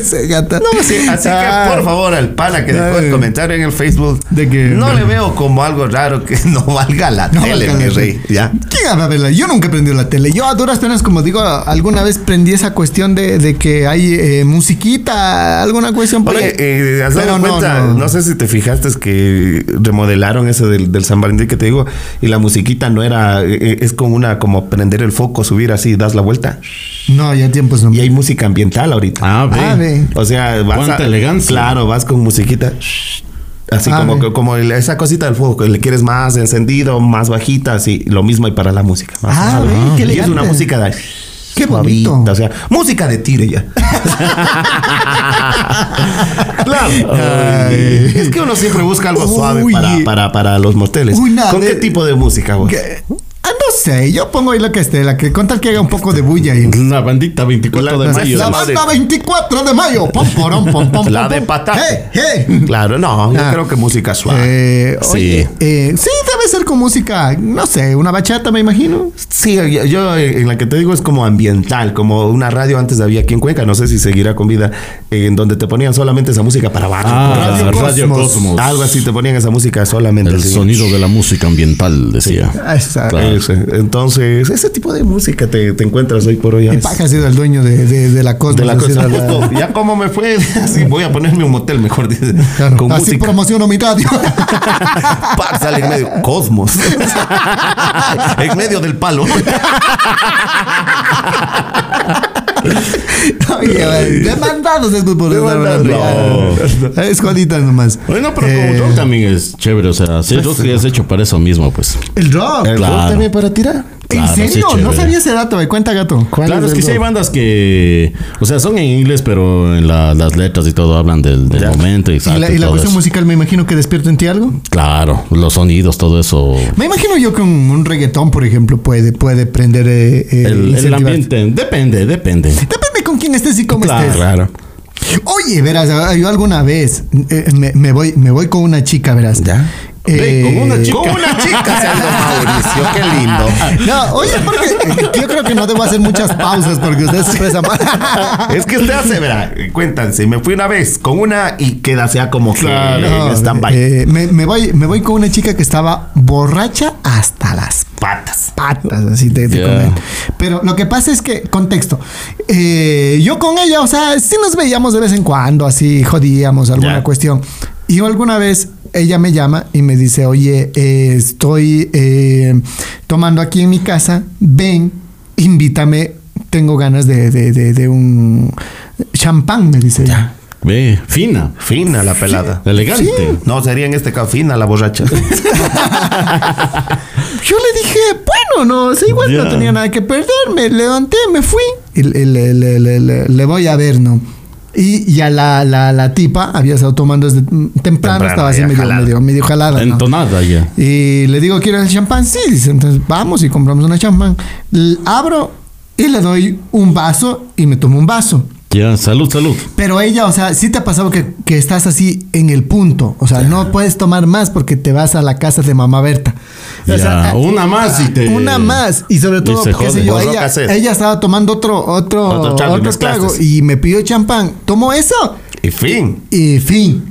Se gata. Ah,
No, sí, así que por favor al pana que dejó el
Ay.
comentario en el Facebook.
De que-
no le veo como algo raro que no valga la
No
tele,
valga
mi
la
rey. Ya.
¿Quién va a verla? Yo nunca he prendido la tele. Yo a duras penas, como digo, alguna vez prendí esa cuestión de, de que hay eh, musiquita, alguna cuestión por ahí.
Oye, eh, has dado
Pero no,
cuenta, no,
no.
sé si te fijaste es que remodelaron ese del, del San Valentín que te digo, y la musiquita no era, eh, eh, es como una, como prender el foco, subir así, das la vuelta.
No, ya tiempos no.
Y hay música ambiental ahorita.
Ah, ve.
Ah, ve.
O sea, vas
Cuánta
a-
elegancia.
Claro, vas con musiquita. shh, Así
Ah,
como,
ve.
que- como el- esa cosita del fuego, que le quieres más encendido, más bajita, así. Lo mismo hay para la música. más
Ah,
suave.
ve, qué
y es
elegante.
una música de...
Qué bonito.
suavita, O sea, música de tire ya. claro.
Ay.
Es que uno siempre busca algo suave
Uy.
para, para, para los moteles.
Una
¿Con
de-
qué tipo de música, vos?
Que- Ah, no sé, yo pongo ahí lo que esté, la que con tal que haga un poco de bulla ahí.
La bandita 24 de
La-
mayo.
La
de-
banda 24 de mayo. Pom, porón, pom, pom,
La
pom,
de
pom.
patate.
Hey, hey.
Claro, no, yo
Ah.
creo que música suave.
Eh,
Sí.
oye, eh, sí, debe ser con música, no sé, una bachata, me imagino.
Sí, yo, yo, eh, en la que te digo es como ambiental, como una radio antes había aquí en Cuenca, no sé si seguirá con vida, eh, en donde te ponían solamente esa música para barrio.
Ah,
radio.
Radio,
Radio Cosmos.
Cosmos.
Algo así te ponían esa música solamente.
El
sí.
sonido de la música ambiental, decía.
Ah, esa-
Claro.
Ese. Entonces, ese tipo de música te, te encuentras hoy por hoy. a
Mi
veces.
paja ha sido el dueño de, de- de la Cosmos.
De la
así
cosa.
era la-
Justo, ya como me fue, así voy a ponerme un motel mejor, dice.
Claro,
Con
así
música.
promociono mi radio.
Pa, sale en medio. Cosmos. en medio del palo.
Oye, güey, demandados es por estar hablando.
Demandados.
Es jodita nomás.
Bueno, pero como
Eh,
rock también es chévere, o sea, sí, el rock es hecho para eso mismo, pues.
El rock.
¿El rock
Claro.
también para tirar?
¿En
Claro, sí es
serio? no
chévere.
sabía ese dato, güey. Cuenta, gato.
Claro, es que sí hay bandas que, o sea, son en inglés, pero en la- las letras y todo hablan del, del momento.
Y
Exacto,
la, y la
todo
cuestión
eso.
musical, me imagino que despierta en ti algo.
Claro, los sonidos, todo eso.
Me imagino yo que un, un reggaetón, por ejemplo, puede, puede prender eh, eh,
El, el
incentivarte.
ambiente, depende, depende.
Depende con quién estés y cómo
Este
Claro,
estés. ah, Oye, verás, yo alguna vez eh, me, me voy, me voy con una chica, verás.
Ya. Ve, con una chica.
Con una chica se ha ido Mauricio, qué lindo.
No, oye, porque eh, yo creo que no debo hacer muchas pausas porque ustedes se expresan mal.
Es que usted hace, verá, cuéntanse, me fui una vez con una y quédase a como que en
No,
stand-by.
eh, me, me voy, me voy con una chica que estaba borracha hasta las
Patas.
patas, así te, te
Ya.
comento. Pero lo que pasa es que, contexto, eh, yo con ella, o sea, sí nos veíamos de vez en cuando, así jodíamos alguna
Ya.
cuestión. Y yo alguna vez ella me llama y me dice, oye, eh, estoy eh, tomando aquí en mi casa, ven, invítame, tengo ganas de, de- de- de un champán, me dice ella.
Ve, fina,
Fina la pelada.
elegante.
No, sería en este caso fina la borracha.
Yo le dije, bueno, no, o sea, igual
Ya.
no tenía nada que perder, me levanté, me fui y le, le- le- le- le- le voy a ver, ¿no? Y ya la, la, la tipa había estado tomando desde temprano,
Temprano,
estaba así
ya
medio,
jalada.
medio, medio jalada. ¿no?
Entonada ya.
Y le digo, ¿quieres el champán? Sí, dice, entonces vamos y compramos una champán. L- Abro y le doy un vaso y me tomo un vaso.
Ya, salud, salud.
Pero ella, o sea, sí te ha pasado que, que estás así en el punto. O sea, no puedes tomar más porque te vas a la casa de mamá Berta. O sea,
Ya, una más y te.
una más. Y sobre
Eh, y
todo,
se
qué sé
jode.
yo,
Vos no
ella,
casés.
ella estaba tomando otro, otro,
Otro
otro,
trago, mezclaste.
trago y me pidió champán. Tomo eso
Y fin.
y fin.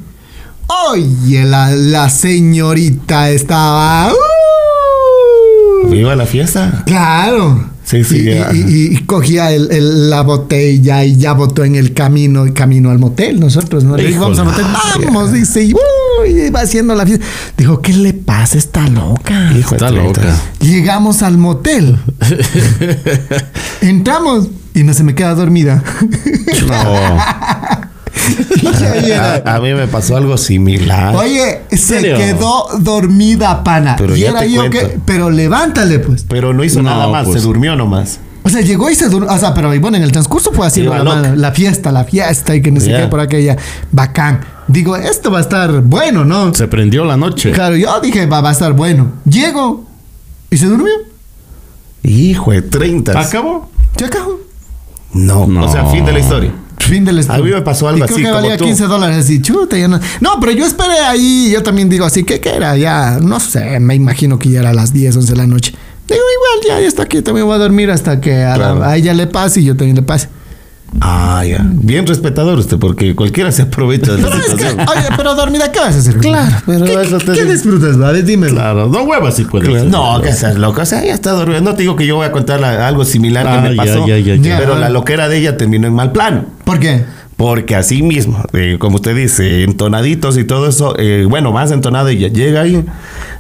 Oye, la, la señorita estaba. ¡uh!
Viva la fiesta.
Claro.
Sí, sí,
Y,
ya.
y- y- y cogía el- el- la botella y ya botó en el camino, y camino al motel. Nosotros no le dije,
Híjole.
vamos al motel. Vamos, dice, y, uy, va haciendo la fiesta. Dijo, ¿qué le pasa? Está loca.
Hijo de
Está
treinta.
loca.
Llegamos al motel. Entramos y no se me queda dormida.
No. A, a mí me pasó algo similar.
Oye, se
serio?
quedó dormida, pana.
Pero
y
ya
era
te
yo
cuento.
que. Pero levántale, pues.
Pero no hizo
No,
nada más,
pues.
se durmió nomás.
O sea, llegó y se durmió. O sea, pero y bueno, en el transcurso fue haciendo la,
Iba loca.
mano, la fiesta, la fiesta y que no
Ya.
sé qué por aquella. Bacán. Digo, esto va a estar bueno, ¿no?
Se prendió la noche.
Claro, yo dije, va, va a estar bueno. Llego y se durmió.
Hijo de 30.
¿Acabó?
Se acabó.
No.
No.
O sea, fin de la historia.
Fin del
A mí me pasó algo
y creo
así
que
como
valía
tú.
15 dólares y chuta, ya no. No, pero yo esperé ahí, yo también digo así, ¿qué, qué era? Ya, no sé, me imagino que ya era a las 10, 11 de la noche. Digo, igual, ya, ya está aquí, también voy a dormir hasta que a, la-
Claro.
a ella le pase y yo también le pase.
Ah, ya. Bien respetador usted, porque cualquiera se aprovecha de
Pero
la
es que,
situación.
oye, pero dormida, ¿qué vas a hacer? Claro,
pero
¿Qué,
eso
qué-
te
qué
digo.
disfrutas, vale? Dime.
Claro, no huevas si puedes.
Claro. No, que seas loco. O sea, ya está dormido. No te digo que yo voy a contar la- algo similar
Ah,
que me
ya,
pasó.
ya, ya,
ya.
Pero la loquera de ella terminó en mal plano.
¿Por qué?
Porque así mismo, eh, como usted dice, entonaditos y todo eso, eh, bueno, más entonado y ya llega ahí.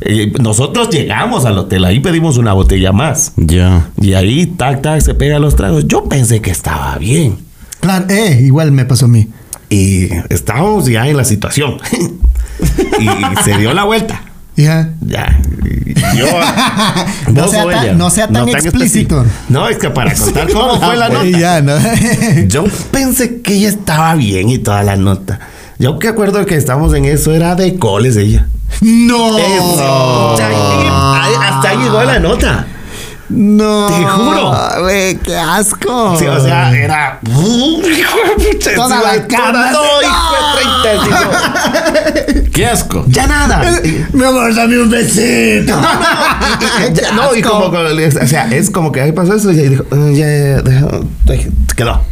Eh, nosotros llegamos al hotel, ahí pedimos una botella más.
Ya.
Y ahí, tac, tac, se pega los tragos. Yo pensé que estaba bien.
Claro, eh, igual me pasó a mí.
Y estábamos ya en la situación. y se dio la vuelta.
Ya. ah,
Ya. y Yo.
No
vos
sea
o
tan-
ella.
no sea tan explícito.
específico. No, es que para contar cómo fue la
Ah,
nota.
pues, Ya, ¿no?
Yo pensé que ella estaba bien y toda la nota. Yo que acuerdo que estábamos en eso, era de coles ella.
¡No!
Eso. Ahí- Hasta ahí llegó la nota.
¡No!
Te juro.
Güey, ¡Qué asco!
Sí, o sea, eh, era. Hijo de pucha,
Oh. Toda
encima
la
de
carne,
todo,
sí.
hijo de 30,
Qué asco.
sí, no. Ya nada. Y-
Mi amor, dame un besito.
Ya, no, y como, como- o sea, es como que ahí pasó eso y ahí dijo, "Mm, ya, ya, deja- deja", quedó.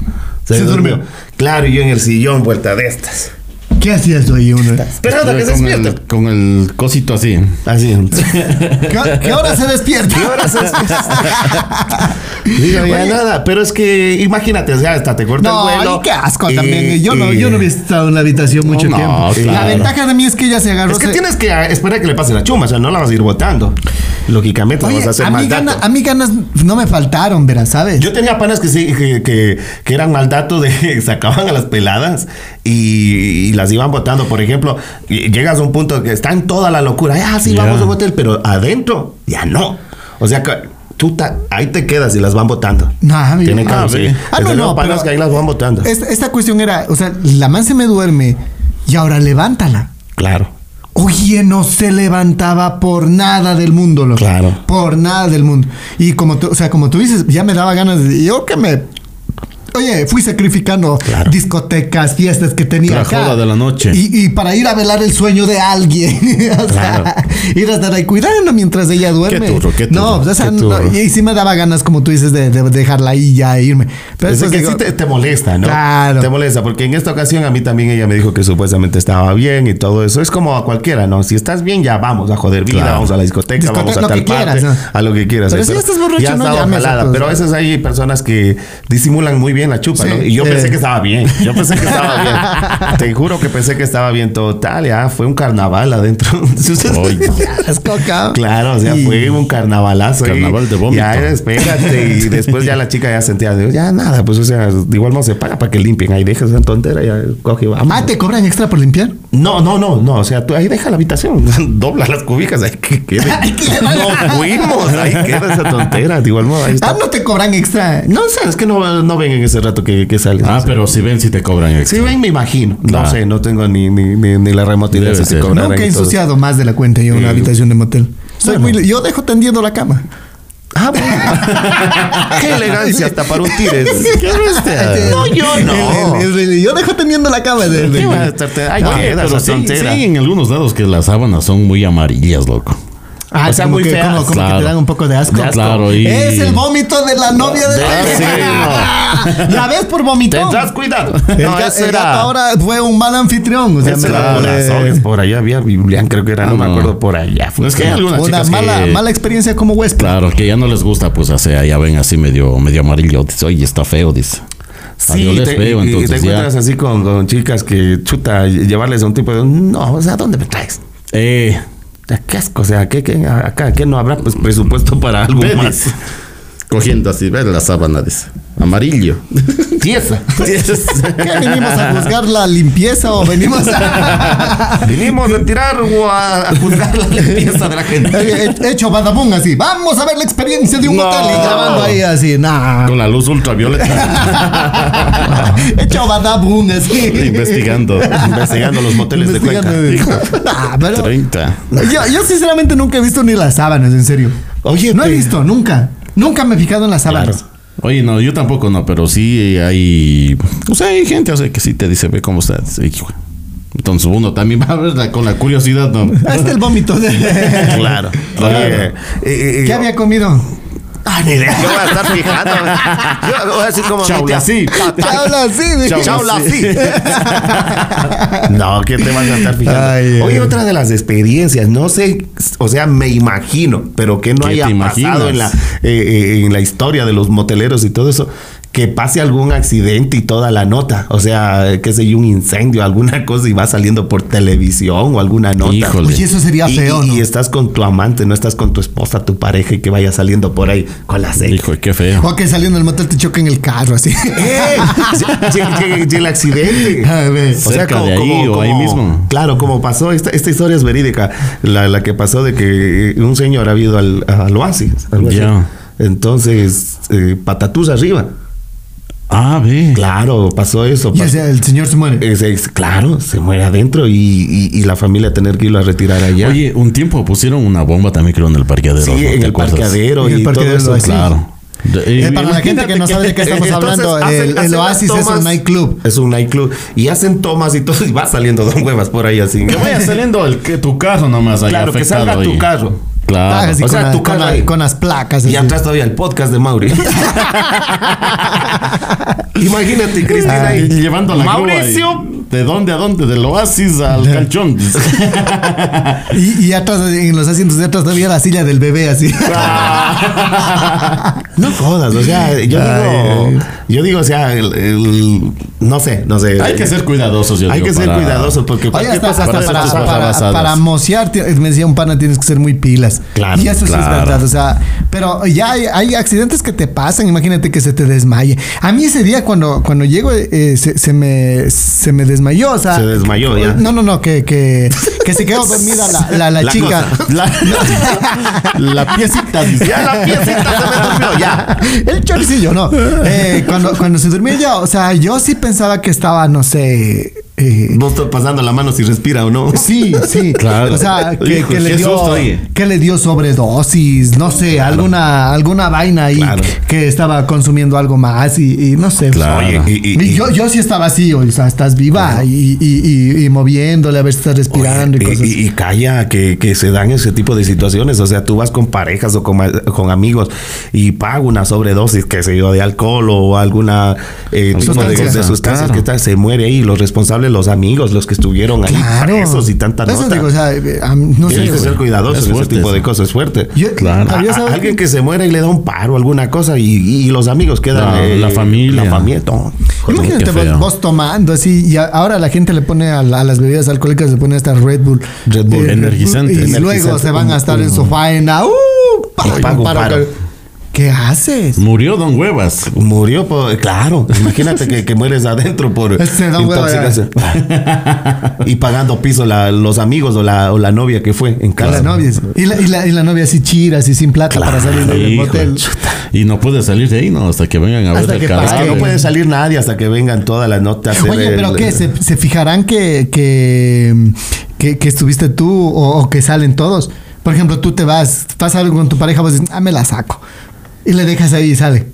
Se durmió.
Claro, y yo en el sillón, vuelta de estas.
¿Qué hacías hoy, uno?
Esperando que se
con,
despierte.
el, con el cosito así.
Así.
¿Qué, qué hora se despierta?
¿Qué hora se despierta? Digo, ya
Oye.
nada, pero es que imagínate, o sea, hasta te corta
No,
el vuelo.
ay, qué asco
y-
también. eh, Yo no,
y-
yo no hubiera estado en la habitación mucho
No,
tiempo. La
claro.
ventaja de mí es que ella se agarró.
Es que
se-
tienes que ah, esperar que le pase la chuma, o sea, no la vas a ir botando. Lógicamente,
Oye,
vamos a hacer
a, mí
más
gana-
dato.
a mí ganas no me faltaron, verás, ¿sabes?
Yo tenía panas que sí, que, que, que eran mal dato de sacaban a las peladas y, y las iban votando. Por ejemplo, y llegas a un punto que está en toda la locura. Ah, sí,
Ya.
vamos a un hotel, pero adentro ya no. O sea, que tú ta- ahí te quedas y las van votando.
No, a mí-
Tiene que
ah,
sí.
ve. Ah, no,
Tenía
no,
panas
pero- eh,
que ahí las van votando.
Esta, esta cuestión era, o sea, la man se me duerme y ahora levántala.
Claro.
Oye, no se levantaba por nada del mundo, loco.
Claro.
Por nada del mundo. Y como tú, o sea, como tú dices, ya me daba ganas de. Yo que me. Oye, fui sacrificando discotecas, fiestas que tenía
La
acá.
joda de la noche.
Y, y para ir a velar el sueño de alguien. o sea, ir a estar ahí cuidando mientras ella duerme.
turro, qué
No,
turro,
o sea,
qué
no,
turro.
y, y sí me daba ganas, como tú dices, de, de dejarla ahí ya e irme. Pero
Es
después
que
digo,
sí te, te molesta, ¿no?
Claro.
Te molesta, porque en esta ocasión a mí también ella me dijo que supuestamente estaba bien y todo eso. Es como a cualquiera, ¿no? Si estás bien, ya vamos a joder vida,
Claro.
vamos a la discoteca,
Discoteca,
vamos a
lo
tal
que quieras,
parte,
¿no?
a lo que quieras.
Pero
sí.
si estás borracho,
ya
no
estaba
llames a
jalada,
todos,
Pero a
¿no?
veces hay personas que disimulan muy bien la chupa,
Sí,
¿no? Y yo
eh.
pensé que estaba bien. Yo pensé que estaba bien. Te juro que pensé que estaba bien total. Ya fue un carnaval adentro.
Ay, no.
"Las coca".
Claro, o sea,
Y-
fue un carnavalazo. ahí.
Carnaval de vómito.
Ya, espérate. Y después ya la chica ya sentía, digo, ya nada, pues o sea, igual no se paga para que limpien. Ahí dejas esa tontera, ya coge, y vamos.
Ah, ¿te cobran extra por limpiar?
No, no, no, no. O sea, tú ahí deja la habitación, dobla las cubicas, ahí que quede. no fuimos, ahí queda esa tontera. De igual modo, ahí
Ah,
está.
no te cobran extra.
No, o sea, es que no, no ven en ese rato que, que sales.
Ah,
O sea,
pero si ven, si te cobran
Si
extra.
ven, me imagino.
Claro.
No sé, no tengo ni, ni, ni, ni la remota idea
Debe
de si
ser.
cobraran
Nunca he
y todo.
ensuciado más de la cuenta yo en una habitación de motel. Soy
Eh, Bueno.
muy- yo dejo tendiendo la cama.
Ah, bueno. Qué elegancia, hasta para un tires. Qué bestia. No, yo no.
El- el- el- yo dejo tendiendo la cama. de- de-
¿Qué vas a estarte? Ay,
Ah,
qué era
pero
esa
sí,
tontera.
sí, en algunos lados que las sábanas son muy amarillas, loco.
Ah,
O sea,
como
muy
que,
feas.
Como, como que
Claro.
te dan un poco de asco.
De asco. Claro, y-
Es el vómito de la novia de
Ah, sí.
La ves por vomitón.
Tendrás cuidado.
El,
No,
ga-
ese
el gato
era-
ahora fue un mal anfitrión. O sea,
ese
me-
era
eh,
Corazones, por allá había Biblián, creo que era, no,
Ah,
me
no.
acuerdo, por allá. fue.
No, es que hay algunas
una
chicas
mala,
que,
mala experiencia como huésped.
Claro, que ya no les gusta, pues así, ya ven así medio, medio amarillo. Dice, oye, está feo, dice.
Sí,
Adiós, les
te,
veo,
y- y te
entonces, ya.
encuentras así con, con chicas que chuta, ll- llevarles a un tipo de. No, o sea, ¿a dónde me traes?
Eh,
¿Qué asco? O sea, ¿qué, qué, a- acá, ¿qué no habrá pues, presupuesto para algo
Ven,
más?
Cogiendo así, ves la sábana, dice. Amarillo.
Tiesa.
¿Qué venimos a juzgar la limpieza o venimos a.
Vinimos a tirar o a, a juzgar la limpieza de la gente.
He- he- Hecho badabun así. Vamos a ver la experiencia de un
No.
hotel y grabando ahí así. Nah.
con la luz ultravioleta.
Hecho badabun así.
investigando.
Investigando los moteles de Cuenca.
Investigando. Nah, pero
30.
yo, yo sinceramente nunca he visto ni las sábanas, en serio.
Oye,
no he
te-
visto, nunca. Nunca me he fijado en las sábanas.
Oye, no, yo tampoco no, pero sí hay. O sea, hay gente o sea, que sí te dice, ve cómo estás. hijo". Entonces uno también va a ver la- con la curiosidad, ¿no?
Hasta el vómito. De...
Claro. Oye, eh, eh,
¿Qué había comido?
Ah, ni idea. Yo voy a estar fijando. Yo voy a decir como.
Chaula, sí.
Habla así.
Chaula,
Chaula,
sí. Ah, no, ¿qué te vas a estar fijando?
Ay,
Oye,
ay.
otra de las experiencias, no sé, o sea, me imagino, pero que no
¿Qué
haya
te
pasado
imaginas?
en la, eh, eh, en la historia de los moteleros y todo eso, que pase algún accidente y toda la nota. O sea, qué sé yo, un incendio, alguna cosa y va saliendo por televisión o alguna nota.
Híjole.
Oye, eso sería
Y,
feo,
y-
¿no?
y estás con tu amante, no estás con tu esposa, tu pareja y que vaya saliendo por ahí con la seca.
Hijo, qué feo.
O que saliendo del motel te choca en el carro así.
¡Eh! Llega- llega- llega el accidente.
A ver.
Cerca de ahí o ahí mismo.
Claro, como pasó, esta, esta historia es verídica, la, la que pasó de que eh, un señor ha habido al, al oasis. algo así.
Ya.
Entonces, eh, patatús arriba.
Ah, ve.
Claro, pasó eso.
Y o
pasó-
sea, el señor se muere.
Es- es- claro, se muere adentro y, y- y la familia tener que irlo a retirar allá.
Oye, un tiempo pusieron una bomba también, creo, en el parqueadero.
sí,
¿no? ¿Te
en el
acuerdas?
parqueadero
En el
y todo
parqueadero
eso.
lo hacían.
Claro. De-
Eh, para la gente que no sabe de qué estamos
Entonces,
hablando,
hacen-
el, el
hacen las
Oasis es
tomas.
un nightclub.
Es un nightclub. Y hacen tomas y todo, y va saliendo dos huevas por ahí así.
Que vaya saliendo el, que tu carro nomás ahí
Claro, que
afectado
salga tu
ahí.
carro.
Ah,
Claro.
así
o
con,
sea,
la-
tu
con,
cara
la-
ahí.
con las placas.
Y
así.
atrás todavía el podcast de Mauri. Imagínate, Cristina,
Ah, Y
ahí
llevando la grúa
Mauricio.
ahí. ¿De dónde a dónde? Del oasis al calchón.
Y, y atrás, en los asientos de atrás, todavía la silla del bebé así.
Ah. No jodas, o sea, yo digo, yo digo, o sea, el- el- no sé, no sé.
Hay que ser cuidadosos, yo
Hay
digo,
que ser
para-
cuidadosos porque
Oye,
cualquier
hasta,
cosa
hasta
puede
para,
pasar.
para, para,
basadas.
mociar, ti- me decía un pana, tienes que ser muy pilas.
Claro,
Y eso sí es
claro.
verdad. O sea, pero ya hay, hay accidentes que te pasan. Imagínate que se te desmaye. A mí ese día, cuando, cuando llego, eh, se, se me, se me desmayó. O sea,
Se desmayó, ya.
No, no, no, que, que, que se quedó dormida la, la, la
La
chica.
cosa.
La, la piecita. dice.
Ya la piecita se me durmió, ya.
El choricillo, no. Eh, cuando, cuando se durmió yo, o sea, yo sí pensaba que estaba, no sé, eh,
Vos estás pasando la mano si respira o no.
Sí, sí,
Claro.
O sea, que,
Hijo,
que le
qué
dio,
susto, oye.
que le dio sobredosis, no sé, alguna, alguna vaina ahí
Claro.
que estaba consumiendo algo más y, y no sé.
Claro.
Oye,
y,
y, yo, yo sí estaba así, o sea, estás viva y, y- y- y moviéndole a ver si estás respirando y
Oye,
cosas.
y- y calla que, que se dan ese tipo de situaciones. O sea, tú vas con parejas o con, ma- con amigos y paga una sobredosis, que se yo, de alcohol o alguna eh, tipo de- de,
Sustancia.
sustancias
Claro.
que tal, se muere ahí. Los responsables, los amigos, los que estuvieron ahí
claro.
presos y tanta
Eso
nota.
digo, o sea, eh, a mí- no sé,
Tienes que
güey.
ser cuidadoso
Es
en ese
fuerte
tipo de
eso.
cosas, es fuerte.
Yo-
Claro.
había
A-
sabido-
alguien que se muere y le da un paro, alguna cosa, y, y los amigos quedan. eh,
La- la familia.
La familia. no.
Imagínate
Qué feo.
vos, vos tomando así y a- ahora la gente le pone a, la- a las bebidas alcohólicas le pone hasta Red Bull. Eh,
Red Bull.
Energizante.
Y luego
Energizante.
se van a estar en su faena. ¡Uh! Pa-
Y pago,
paro,
paro.
¿Qué haces?
Murió Don Huevas.
Murió, por, claro. Imagínate que, que mueres adentro por
Este don huevo era-
intoxicación. y pagando piso la- los amigos o la, o la novia que fue en
A
casa.
la novia. Y la, y la- y la novia así chira, así sin plata para salir del
Hijo de
hotel.
chuta. Y no puede salir de ahí, no, hasta que vengan a
Hasta
ver
que
el
pase.
Es que
cadáver.
no puede salir nadie hasta que vengan todas las notas.
Oye, pero ¿qué?
se
¿Se, se fijarán que, que, que, que estuviste tú o, o que salen todos? Por ejemplo, tú te vas, pasa algo con tu pareja, vos dices, ah, me la saco. Y le dejas ahí y sale.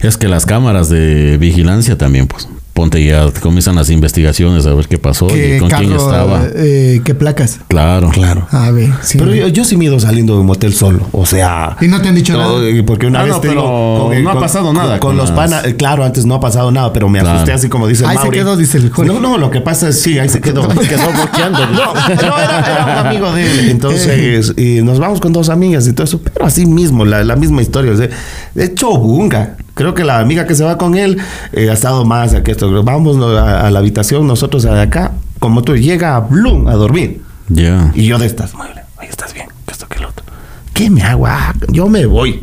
Es que las cámaras de vigilancia también, pues. Ponte ya, comienzan las investigaciones a ver qué pasó y
¿Qué
con quién
carro,
estaba.
eh, qué placas?
Claro.
Claro.
A ver, sí.
Pero yo, yo sí miedo saliendo de un motel solo. O sea.
Y no te han dicho nada.
eh, Porque una
Ah,
vez
no,
te
pero
digo, eh,
no ha pasado nada
Con,
con
los
las-
panas. eh, Claro, antes no ha pasado nada, pero me
Claro.
asusté así como dice
Ahí se
Mauri.
quedó, dice el Jorge.
No, no, lo que pasa es sí, ahí se quedó. quedó boqueando. No, no, era, era un amigo de él. Entonces, y nos vamos con dos amigas y todo eso. Pero así mismo, la, la misma historia. O sea, es chobunga. Creo que la amiga que se va con él eh, ha estado más a que esto. Vamos a, a la habitación, nosotros a de acá. Como tú, llega Bloom a dormir.
Ya.
Y yo de estas, mueble, ahí estás bien, que esto que el otro. ¿Qué me hago? Ah, yo me voy.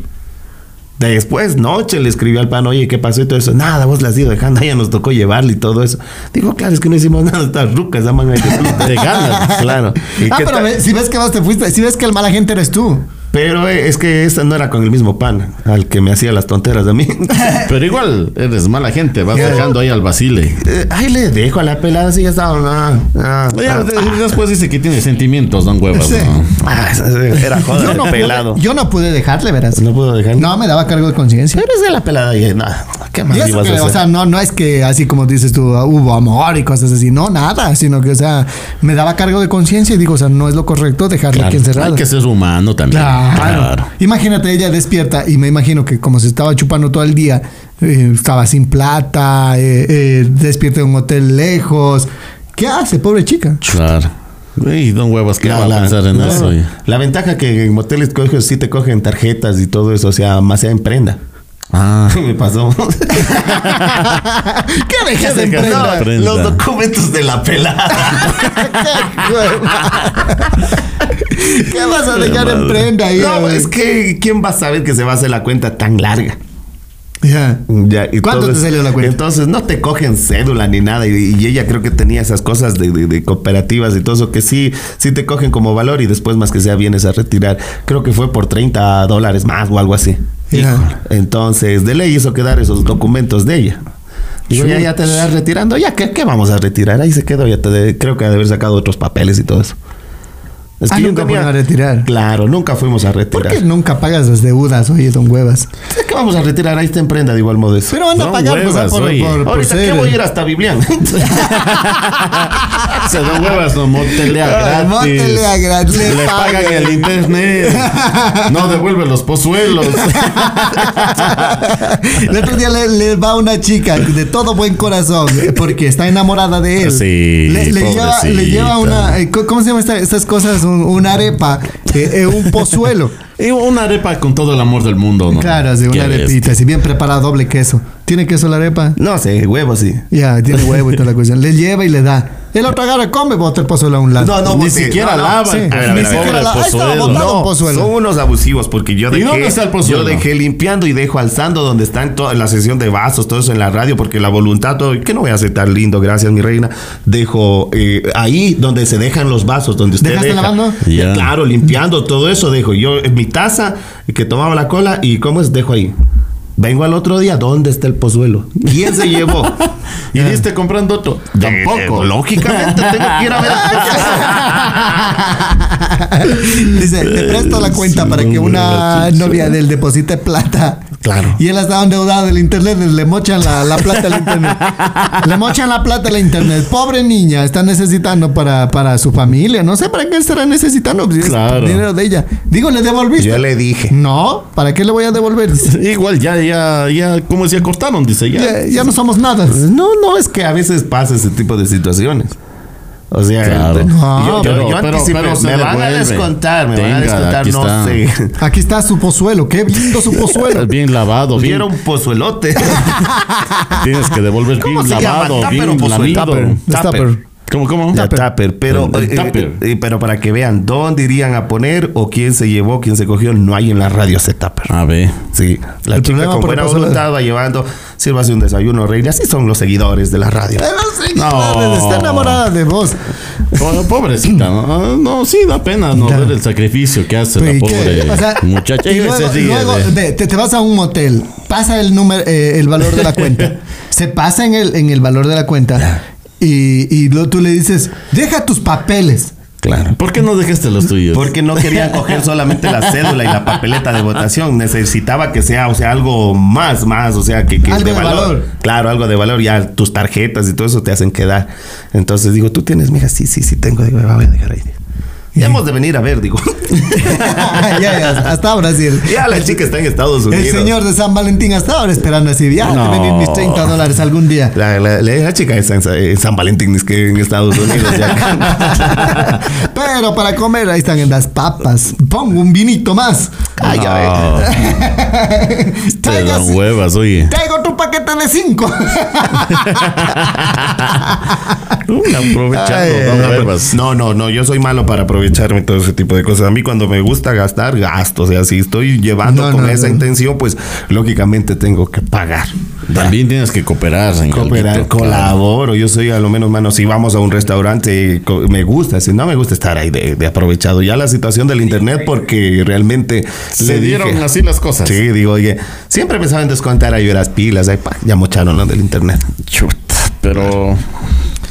Después, noche, le escribí al pan, oye, ¿qué pasó? Y todo eso. Nada, vos la has ido dejando, ya nos tocó llevarle y todo eso. Digo, claro, es que no hicimos nada, estas rucas, esa man de ganas. Claro. ¿Y
Ah,
qué
pero
tal?
ve- si ves que vos te fuiste, si ves que el mala gente eres tú.
Pero eh, es que esta no era con el mismo pan, al que me hacía las tonteras de mí.
Pero igual, eres mala gente, vas dejando ahí al Basile.
Eh, Ahí le dejo a la pelada, así ya estaba. ah, ah,
Ya,
ah,
de- Después dice que tiene sentimientos, Don Huevas.
Sí.
¿no?
ah, era joder,
Yo no,
pelado.
pude, yo no pude dejarle, verás.
No puedo dejar.
No, me daba cargo de conciencia.
Pero es de la pelada y nada. ¿Qué más
Y eso
ibas
que,
a
o
hacer?
sea, no, no es que así como dices tú, ah, hubo amor y cosas así, no, nada, sino que, o sea, me daba cargo de conciencia y digo, o sea, no es lo correcto dejarle aquí encerrado.
Hay que ser humano también.
Claro. Imagínate, ella despierta y me imagino que como se estaba chupando todo el día, eh, estaba sin plata, eh, eh, despierta en un hotel lejos. ¿Qué hace, pobre chica?
Claro. Ey, Don Huevas, ¿qué va a pensar en
no,
eso? Y-
la ventaja que en moteles coges, sí te cogen tarjetas y todo eso, o sea, más sea en prenda.
Ah.
Me pasó.
¿Qué dejas
¿Qué
en
dejas en
prenda?
la prenda?
Los documentos de la pelada.
¿Qué vas a dejar en prenda ahí? eh.
No, pues, es que ¿quién va a saber que se va a hacer la cuenta tan larga?
Ya.
Ya, y
¿Cuánto
todo
te
es-
salió la cuenta?
Entonces no te cogen cédula ni nada. Y, y ella creo que tenía esas cosas de, de- de cooperativas y todo eso que sí, sí te cogen como valor y después más que sea vienes a retirar. Creo que fue por 30 dólares más o algo así.
Ya. Ah,
Entonces, de ley hizo quedar esos documentos de ella. Digo, ya, ya te vas retirando, ya, ¿qué, qué vamos a retirar? Ahí se quedó, ya te de- creo que ha de haber sacado otros papeles y todo eso. Es
Ah, nunca fueron a retirar.
Claro, nunca fuimos a
¿Por
retirar.
qué nunca pagas las deudas, oye, don Huevas?
¿Qué, vamos a retirar? Ahí está en prenda de igual modo.
Pero anda a
Don
pagar, pues,
Huevas,
por,
oye.
por, por
Ahorita, ¿qué
ser-
voy a ir hasta Biblián?
Se Don Huevas, no motelea
Ah,
gratis.
motelea gratis, le
Le, pagan
pagan.
el internet. No devuelve los pozuelos.
El otro día le, le va una chica de todo buen corazón eh, porque está enamorada de él.
Sí,
le, le lleva, le lleva
pobrecita.
una. eh, co- ¿Cómo se llaman estas cosas? Un- una arepa, eh, eh, un pozuelo.
Y una arepa con todo el amor del mundo, ¿no?
Claro, así,
Qué
una arepita,
bestia.
si bien preparada, doble queso. ¿Tiene queso la arepa?
no sé, huevos sí.
Ya, tiene huevo y toda la cuestión. Le lleva y le da. El otro agarra, come, bota el pozuelo a un lado.
No, no,
Ni
vos sí.
siquiera
No, no,
lavan.
sí.
A ver, a ver,
Ni
a ver,
siquiera
el
la- ahí estaba
pozuelo.
botado.
No,
Pozuelo.
son unos abusivos porque yo
¿Y
dejé,
dónde está el pozuelo?
yo dejé limpiando y dejo alzando donde están toda la sesión de vasos, todo eso en la radio, porque la voluntad, todo, que no voy a aceptar lindo, gracias mi reina, dejo eh, ahí donde se dejan los vasos, donde usted
¿Dejaste
deja. Ah,
lavando?
Ya.
Claro, limpiando todo eso dejo. Yo en mi taza que tomaba la cola y cómo es, dejo ahí. Vengo al otro día, ¿dónde está el pozuelo? ¿Quién se llevó?
Y diste comprando otro.
Tampoco.
Tampoco.
lógicamente tengo que ir a ver.
Dice, te presto la cuenta para que una novia del deposite plata.
Claro.
Y él ha estado endeudado del internet, le mochan la, la plata al internet. Le mochan la plata al internet. Pobre niña, está necesitando para, para su familia. No sé para qué estará necesitando. pues, es
Claro.
Dinero de ella. Digo, le devolviste.
Yo le dije.
No, ¿para qué le voy a devolver? Dice,
Igual ya, ya, ya, como se cortaron, dice ya.
Ya, ya no somos nada.
No, no, es que a veces pasa ese tipo de situaciones. O sea,
Claro.
el-
No,
yo, yo-
pero-
yo
pero-
anticipé,
pero se
me van a
devuelve.
descontar, me van a
Tenga,
descontar,
aquí
no
está.
sé.
Aquí está su pozuelo. Qué lindo su pozuelo.
Bien lavado, bien.
Vieron pozuelote.
Tienes que devolver
¿Cómo
bien
se llama?
lavado,
Tupper o
bien
pozuelo.
lamido.
Está
Tupper.
¿Cómo, cómo?
La tupper, pero,
El
eh,
tupper.
eh, pero para que vean dónde irían a poner o quién se llevó, quién se cogió, no hay en la radio ese tupper.
A ver.
Sí, la
El
chica
problema
con
por
buena
el pozuelo.
voluntad va llevando, sírvase un desayuno, reina. Así son los seguidores de la radio.
Eh,
No.
Está enamorada de vos.
Po- Pobrecita, ¿no? Ah, No, sí, da pena no
Da.
ver el sacrificio que hace
¿Y
Pues,
la
qué?
pobre
O sea,
muchacha.
Y
Y
luego,
se ríe
luego
de-
de- te, te vas a un motel, pasa el número, eh, el valor de la cuenta. Se pasa en el, en el valor de la cuenta. Y, y luego tú le dices, deja tus papeles.
Claro.
¿Por qué no dejaste los tuyos?
Porque no querían coger solamente la cédula y la papeleta de votación. Necesitaba que sea, o sea, algo más, más, o sea, que, que
Algo de valor.
Claro, algo de valor. Ya tus tarjetas y todo eso te hacen quedar. Entonces digo, tú tienes, mija, sí, sí, sí, tengo. Digo, "Va, voy a dejar ahí. Ya hemos de venir a ver, digo.
ya, ya, hasta ahora sí. El,
ya la chica está en Estados
el
Unidos.
señor de San Valentín hasta ahora esperando así. Ya,
No.
te ven mis 30 dólares algún día.
La, la- la- la chica está en, Sa- en San Valentín, es que en Estados Unidos. Ya.
Pero para comer, ahí están las papas. Pongo un vinito más.
Ay, ya ve.
No, te
Traigas-
dan huevas, oye.
Traigo tu paquete de cinco.
Uy,
Ay,
Aprovechando,
ay,
dan
ay.
huevas.
No, no, no, yo soy malo para aprovecharme y todo ese tipo de cosas. A mí cuando me gusta gastar, gasto. O sea, si estoy llevando
No,
con
no,
esa
no.
intención, pues lógicamente tengo que pagar.
También tienes que cooperar, en
Cooperar,
algo,
colaboro. Yo soy a lo menos mano. Si vamos a un restaurante, co- me gusta. Si no, me gusta estar ahí de, de aprovechado. Ya la situación del internet, porque realmente
Se
le
dieron
dije-
así las cosas.
Sí, digo, oye, siempre me saben descontar ahí las pilas. Ahí, pa, ya mocharon lo del internet.
Chuta, pero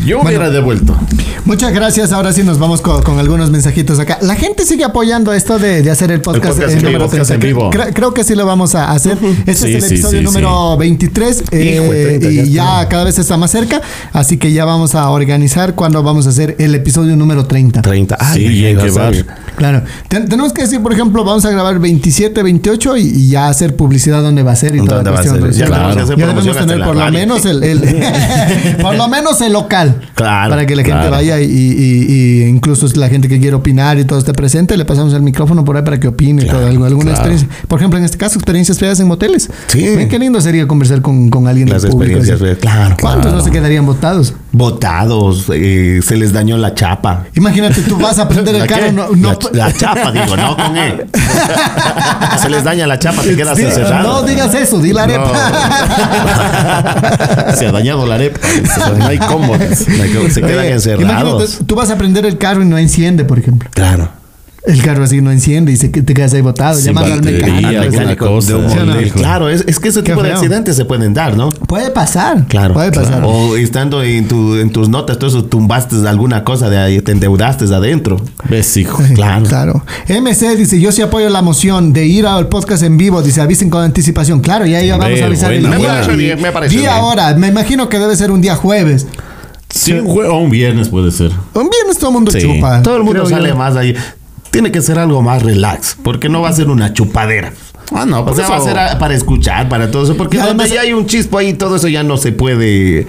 yo hubiera devuelto.
Muchas gracias. Ahora sí nos vamos co- con, algunos mensajitos acá. La gente sigue apoyando esto de, de hacer el podcast,
podcast
en
en
número
vivo, podcast
30.
en vivo.
Cre- creo que sí lo vamos a hacer. Este
Sí,
es el
sí,
episodio
sí,
número 23 eh,
Hijo de 30, ya
y ya,
está.
cada vez está más cerca. Así que ya vamos a organizar cuándo vamos a hacer el episodio número 30.
30.
Sí,
ay,
y hay
no
que
sabía.
bar.
Claro. Ten- tenemos que decir, por ejemplo, vamos a grabar 27, 28 y, y ya hacer publicidad donde va a ser y toda
¿Dónde
la
va a
cuestión.
ser?
¿no?
Ya
Claro.
tenemos que hacer
Ya
promoción
debemos
hasta
tener
la
por lo
radio.
menos el, el- por lo menos el local.
Claro,
Para que la gente
claro.
vaya y, y- y incluso es la gente que quiere opinar y todo esté presente, le pasamos el micrófono por ahí para que opine todo, algo, alguna
claro.
experiencia. Por ejemplo, en este caso, experiencias feas en moteles.
Sí.
Ven qué lindo sería conversar con, con alguien
Las
del público.
experiencias
así.
feas, claro,
¿Cuántos
claro.
no se quedarían votados?
botados, eh, se les dañó la chapa.
Imagínate, tú vas a prender el
¿La
carro,
qué?
no, no-
la, la chapa, digo, no con él. se les daña la chapa, te
Ah,
quedas
Di-
encerrado.
no digas eso, di la arepa.
Se ha dañado la arepa. No hay cómo.
Se quedan
Oye,
encerrados.
imagínate, tú vas a prender el carro y no enciende, por ejemplo.
Claro.
El carro así no enciende y se, que- te quedas ahí botado.
Sin
llamando al
batería,
mecánico.
alguna
etcétera.
cosa.
de un
Sí,
no.
motel. Claro, es, es que ese
Qué
tipo de
feo.
accidentes se pueden dar, ¿no?
Puede pasar.
Claro.
Puede
claro.
pasar.
O estando en, tu, en tus notas, todo eso, tumbaste alguna cosa de ahí, te endeudaste adentro.
Ves, hijo.
Claro.
Claro. MC dice, yo sí apoyo la moción de ir al podcast en vivo. Dice, avisen con anticipación. Claro, ya, ya vamos
Hombre,
a avisar
buena,
el
buena.
día.
Me
parece bien, me parece
Día,
bien.
hora. Me imagino que debe ser un día jueves.
Sí, un jue- o un viernes puede ser.
Un viernes todo el mundo
Sí.
chupa.
Todo el mundo
creo yo.
sale más ahí. Tiene que ser algo más relax, porque no va a ser una chupadera.
Ah, no,
O
por
sea, va a
eso-
ser a- para escuchar, para todo eso, porque
Y
donde
además-
ya hay un chispo ahí, todo eso ya no se puede.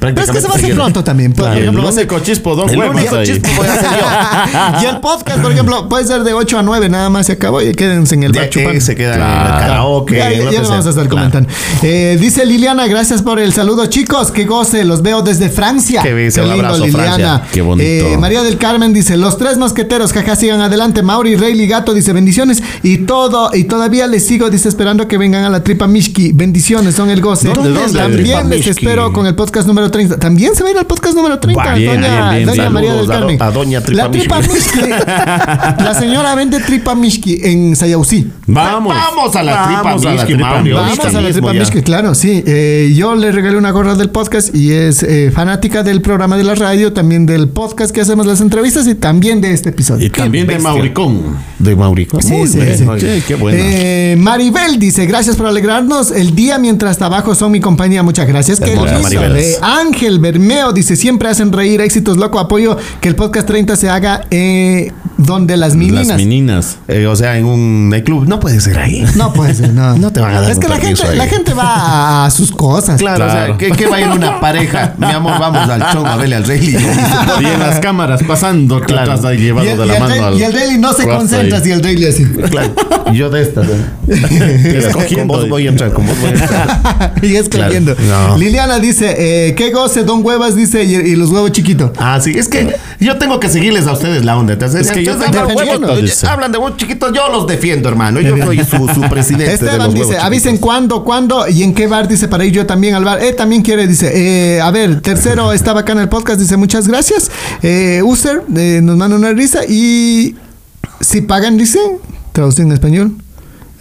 Pero es que se va a hacer
prácticamente-
pronto también. Por
Claro, el
ejemplo, va a ser-
único chispo, don
El
huevas
único
ahí.
chispo voy a hacer yo.
y el podcast, por ejemplo, puede ser de 8 a 9, nada más se acabó y quédense en el
Ya
bar chupando.
que se queda en
Claro.
el karaoke.
Ya, ya
lo que
le vamos
sea.
a estar
Claro.
comentando. Eh, dice Liliana, gracias por el saludo, chicos. Que goce, los veo desde Francia.
Qué bien, un abrazo, Francia.
Qué bonito.
Eh, María del Carmen dice: Los tres mosqueteros, jaja, sigan adelante. Mauri Rayleigh Gato dice: Bendiciones. Y todo, y todavía les sigo, dice, esperando que vengan a la tripa Mishki. Bendiciones, son el goce.
¿Dónde, dónde,
También
Tripa
les
Mishki?
espero con el podcast número 30. También se va a ir al podcast número 30.
Buah,
bien,
doña
bien, bien.
doña
Saludos
María del
a do-
Carmen.
a doña Tripa
la Tripa
Mishki.
Mishki. la señora vende Tripa Mishki en Sayausí.
Vamos.
Vamos a la
Vamos
tripa,
a la
Mishki,
tripa,
Mario.
Mishki.
Vamos
ahorita
a la
mismo
Tripa
ya.
Mishki, claro, sí. Eh, yo le regalé una gorra del podcast y es eh, fanática del programa de la radio, también del podcast que hacemos las entrevistas y también de este episodio.
Y también de
bestia.
Mauricón.
De Mauricio.
Sí,
Muy
sí,
bien,
sí.
oye, Qué, buena.
Eh, Maribel dice, gracias por alegrarnos el día mientras trabajo son mi compañía. Muchas gracias. Qué
Hermosa,
lindo.
Maribel.
Eh, Ángel Bermeo dice, siempre hacen reír, éxitos, loco, apoyo que el podcast 30 se haga eh, donde las meninas.
Las meninas.
Eh, o sea, en un nightclub no puede ser ahí.
no puede ser, no.
No te van a dar
Es
un
que la
permiso
gente,
ahí.
la gente va a sus cosas.
Claro, o sea, ¿qué, qué va a ir una pareja? Mi amor, vamos al show a verle al Rey León.
Y en las cámaras pasando,
Claro.
claro. de
Y
llevado
el,
de
y
la
el
mano
Rey-
al.
y el Rayleigh no se
Rasta
concentra
ahí.
si el Rayleigh así.
Claro, yo de estas. ¿eh? Con
Escogiendo.
vos voy a entrar, con vos voy a entrar.
y es
Claro,
creyendo.
no.
Liliana dice, eh, qué goce, don huevas, dice, y, y los huevos chiquitos.
Ah, sí, es que yo tengo que seguirles a ustedes la onda. Entonces,
Es que yo
ustedes
tengo
hablan,
huevos,
huevos,
dice.
hablan de huevos chiquitos, yo los defiendo, hermano. Yo soy su, su presidente. de los
Esteban Este dice,
huevos
avisen
chiquitos.
cuándo, cuándo y en qué bar, dice, para ir yo también al bar. Eh, también quiere, dice, eh, a ver, tercero, está bacán el podcast, dice, muchas gracias. Eh, User, eh, nos manda una risa y si pagan, dice, traducido en español.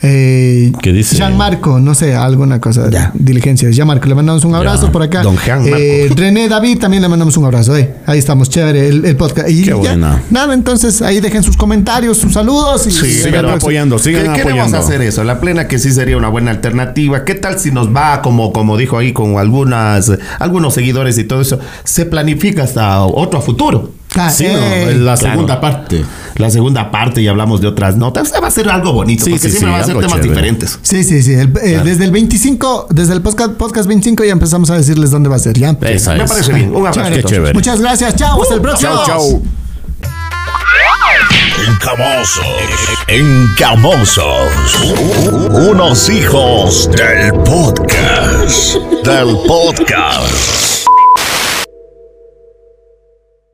Eh,
¿Qué dice?
Gianmarco, no sé, alguna cosa. Diligencias. Gianmarco, le mandamos un abrazo por acá.
Don Gianmarco.
Eh, René David, también le mandamos un abrazo. eh. Ahí estamos, chévere, el, el podcast. Y
Qué
ya.
buena.
Nada, entonces ahí dejen sus comentarios, sus saludos. Y
Sí,
Sigan
pero-
apoyando, sigan
¿Qué- Queremos
apoyando.
hacer eso, la plena que sí sería una buena alternativa. ¿Qué tal si nos va, como, como dijo ahí, con algunas, algunos seguidores y todo eso? Se planifica hasta otro a futuro.
Ah,
Sí, ¿no?
eh,
la segunda
La segunda parte.
la segunda parte y hablamos de otras notas. Va a ser algo bonito,
Sí,
porque
sí,
siempre
sí,
va a ser
algo
temas
chévere.
diferentes.
Sí, sí, sí. El- eh, Desde el 25, desde el podcast, podcast 25 ya empezamos a decirles dónde va a ser. Ya.
Esa
Me
es.
parece bien. Un abrazo.
Qué
entonces.
chévere.
Muchas gracias. Chao. Hasta el próximo.
Chao, chao.
Encamosos. Encamosos. Unos hijos del podcast. Del podcast.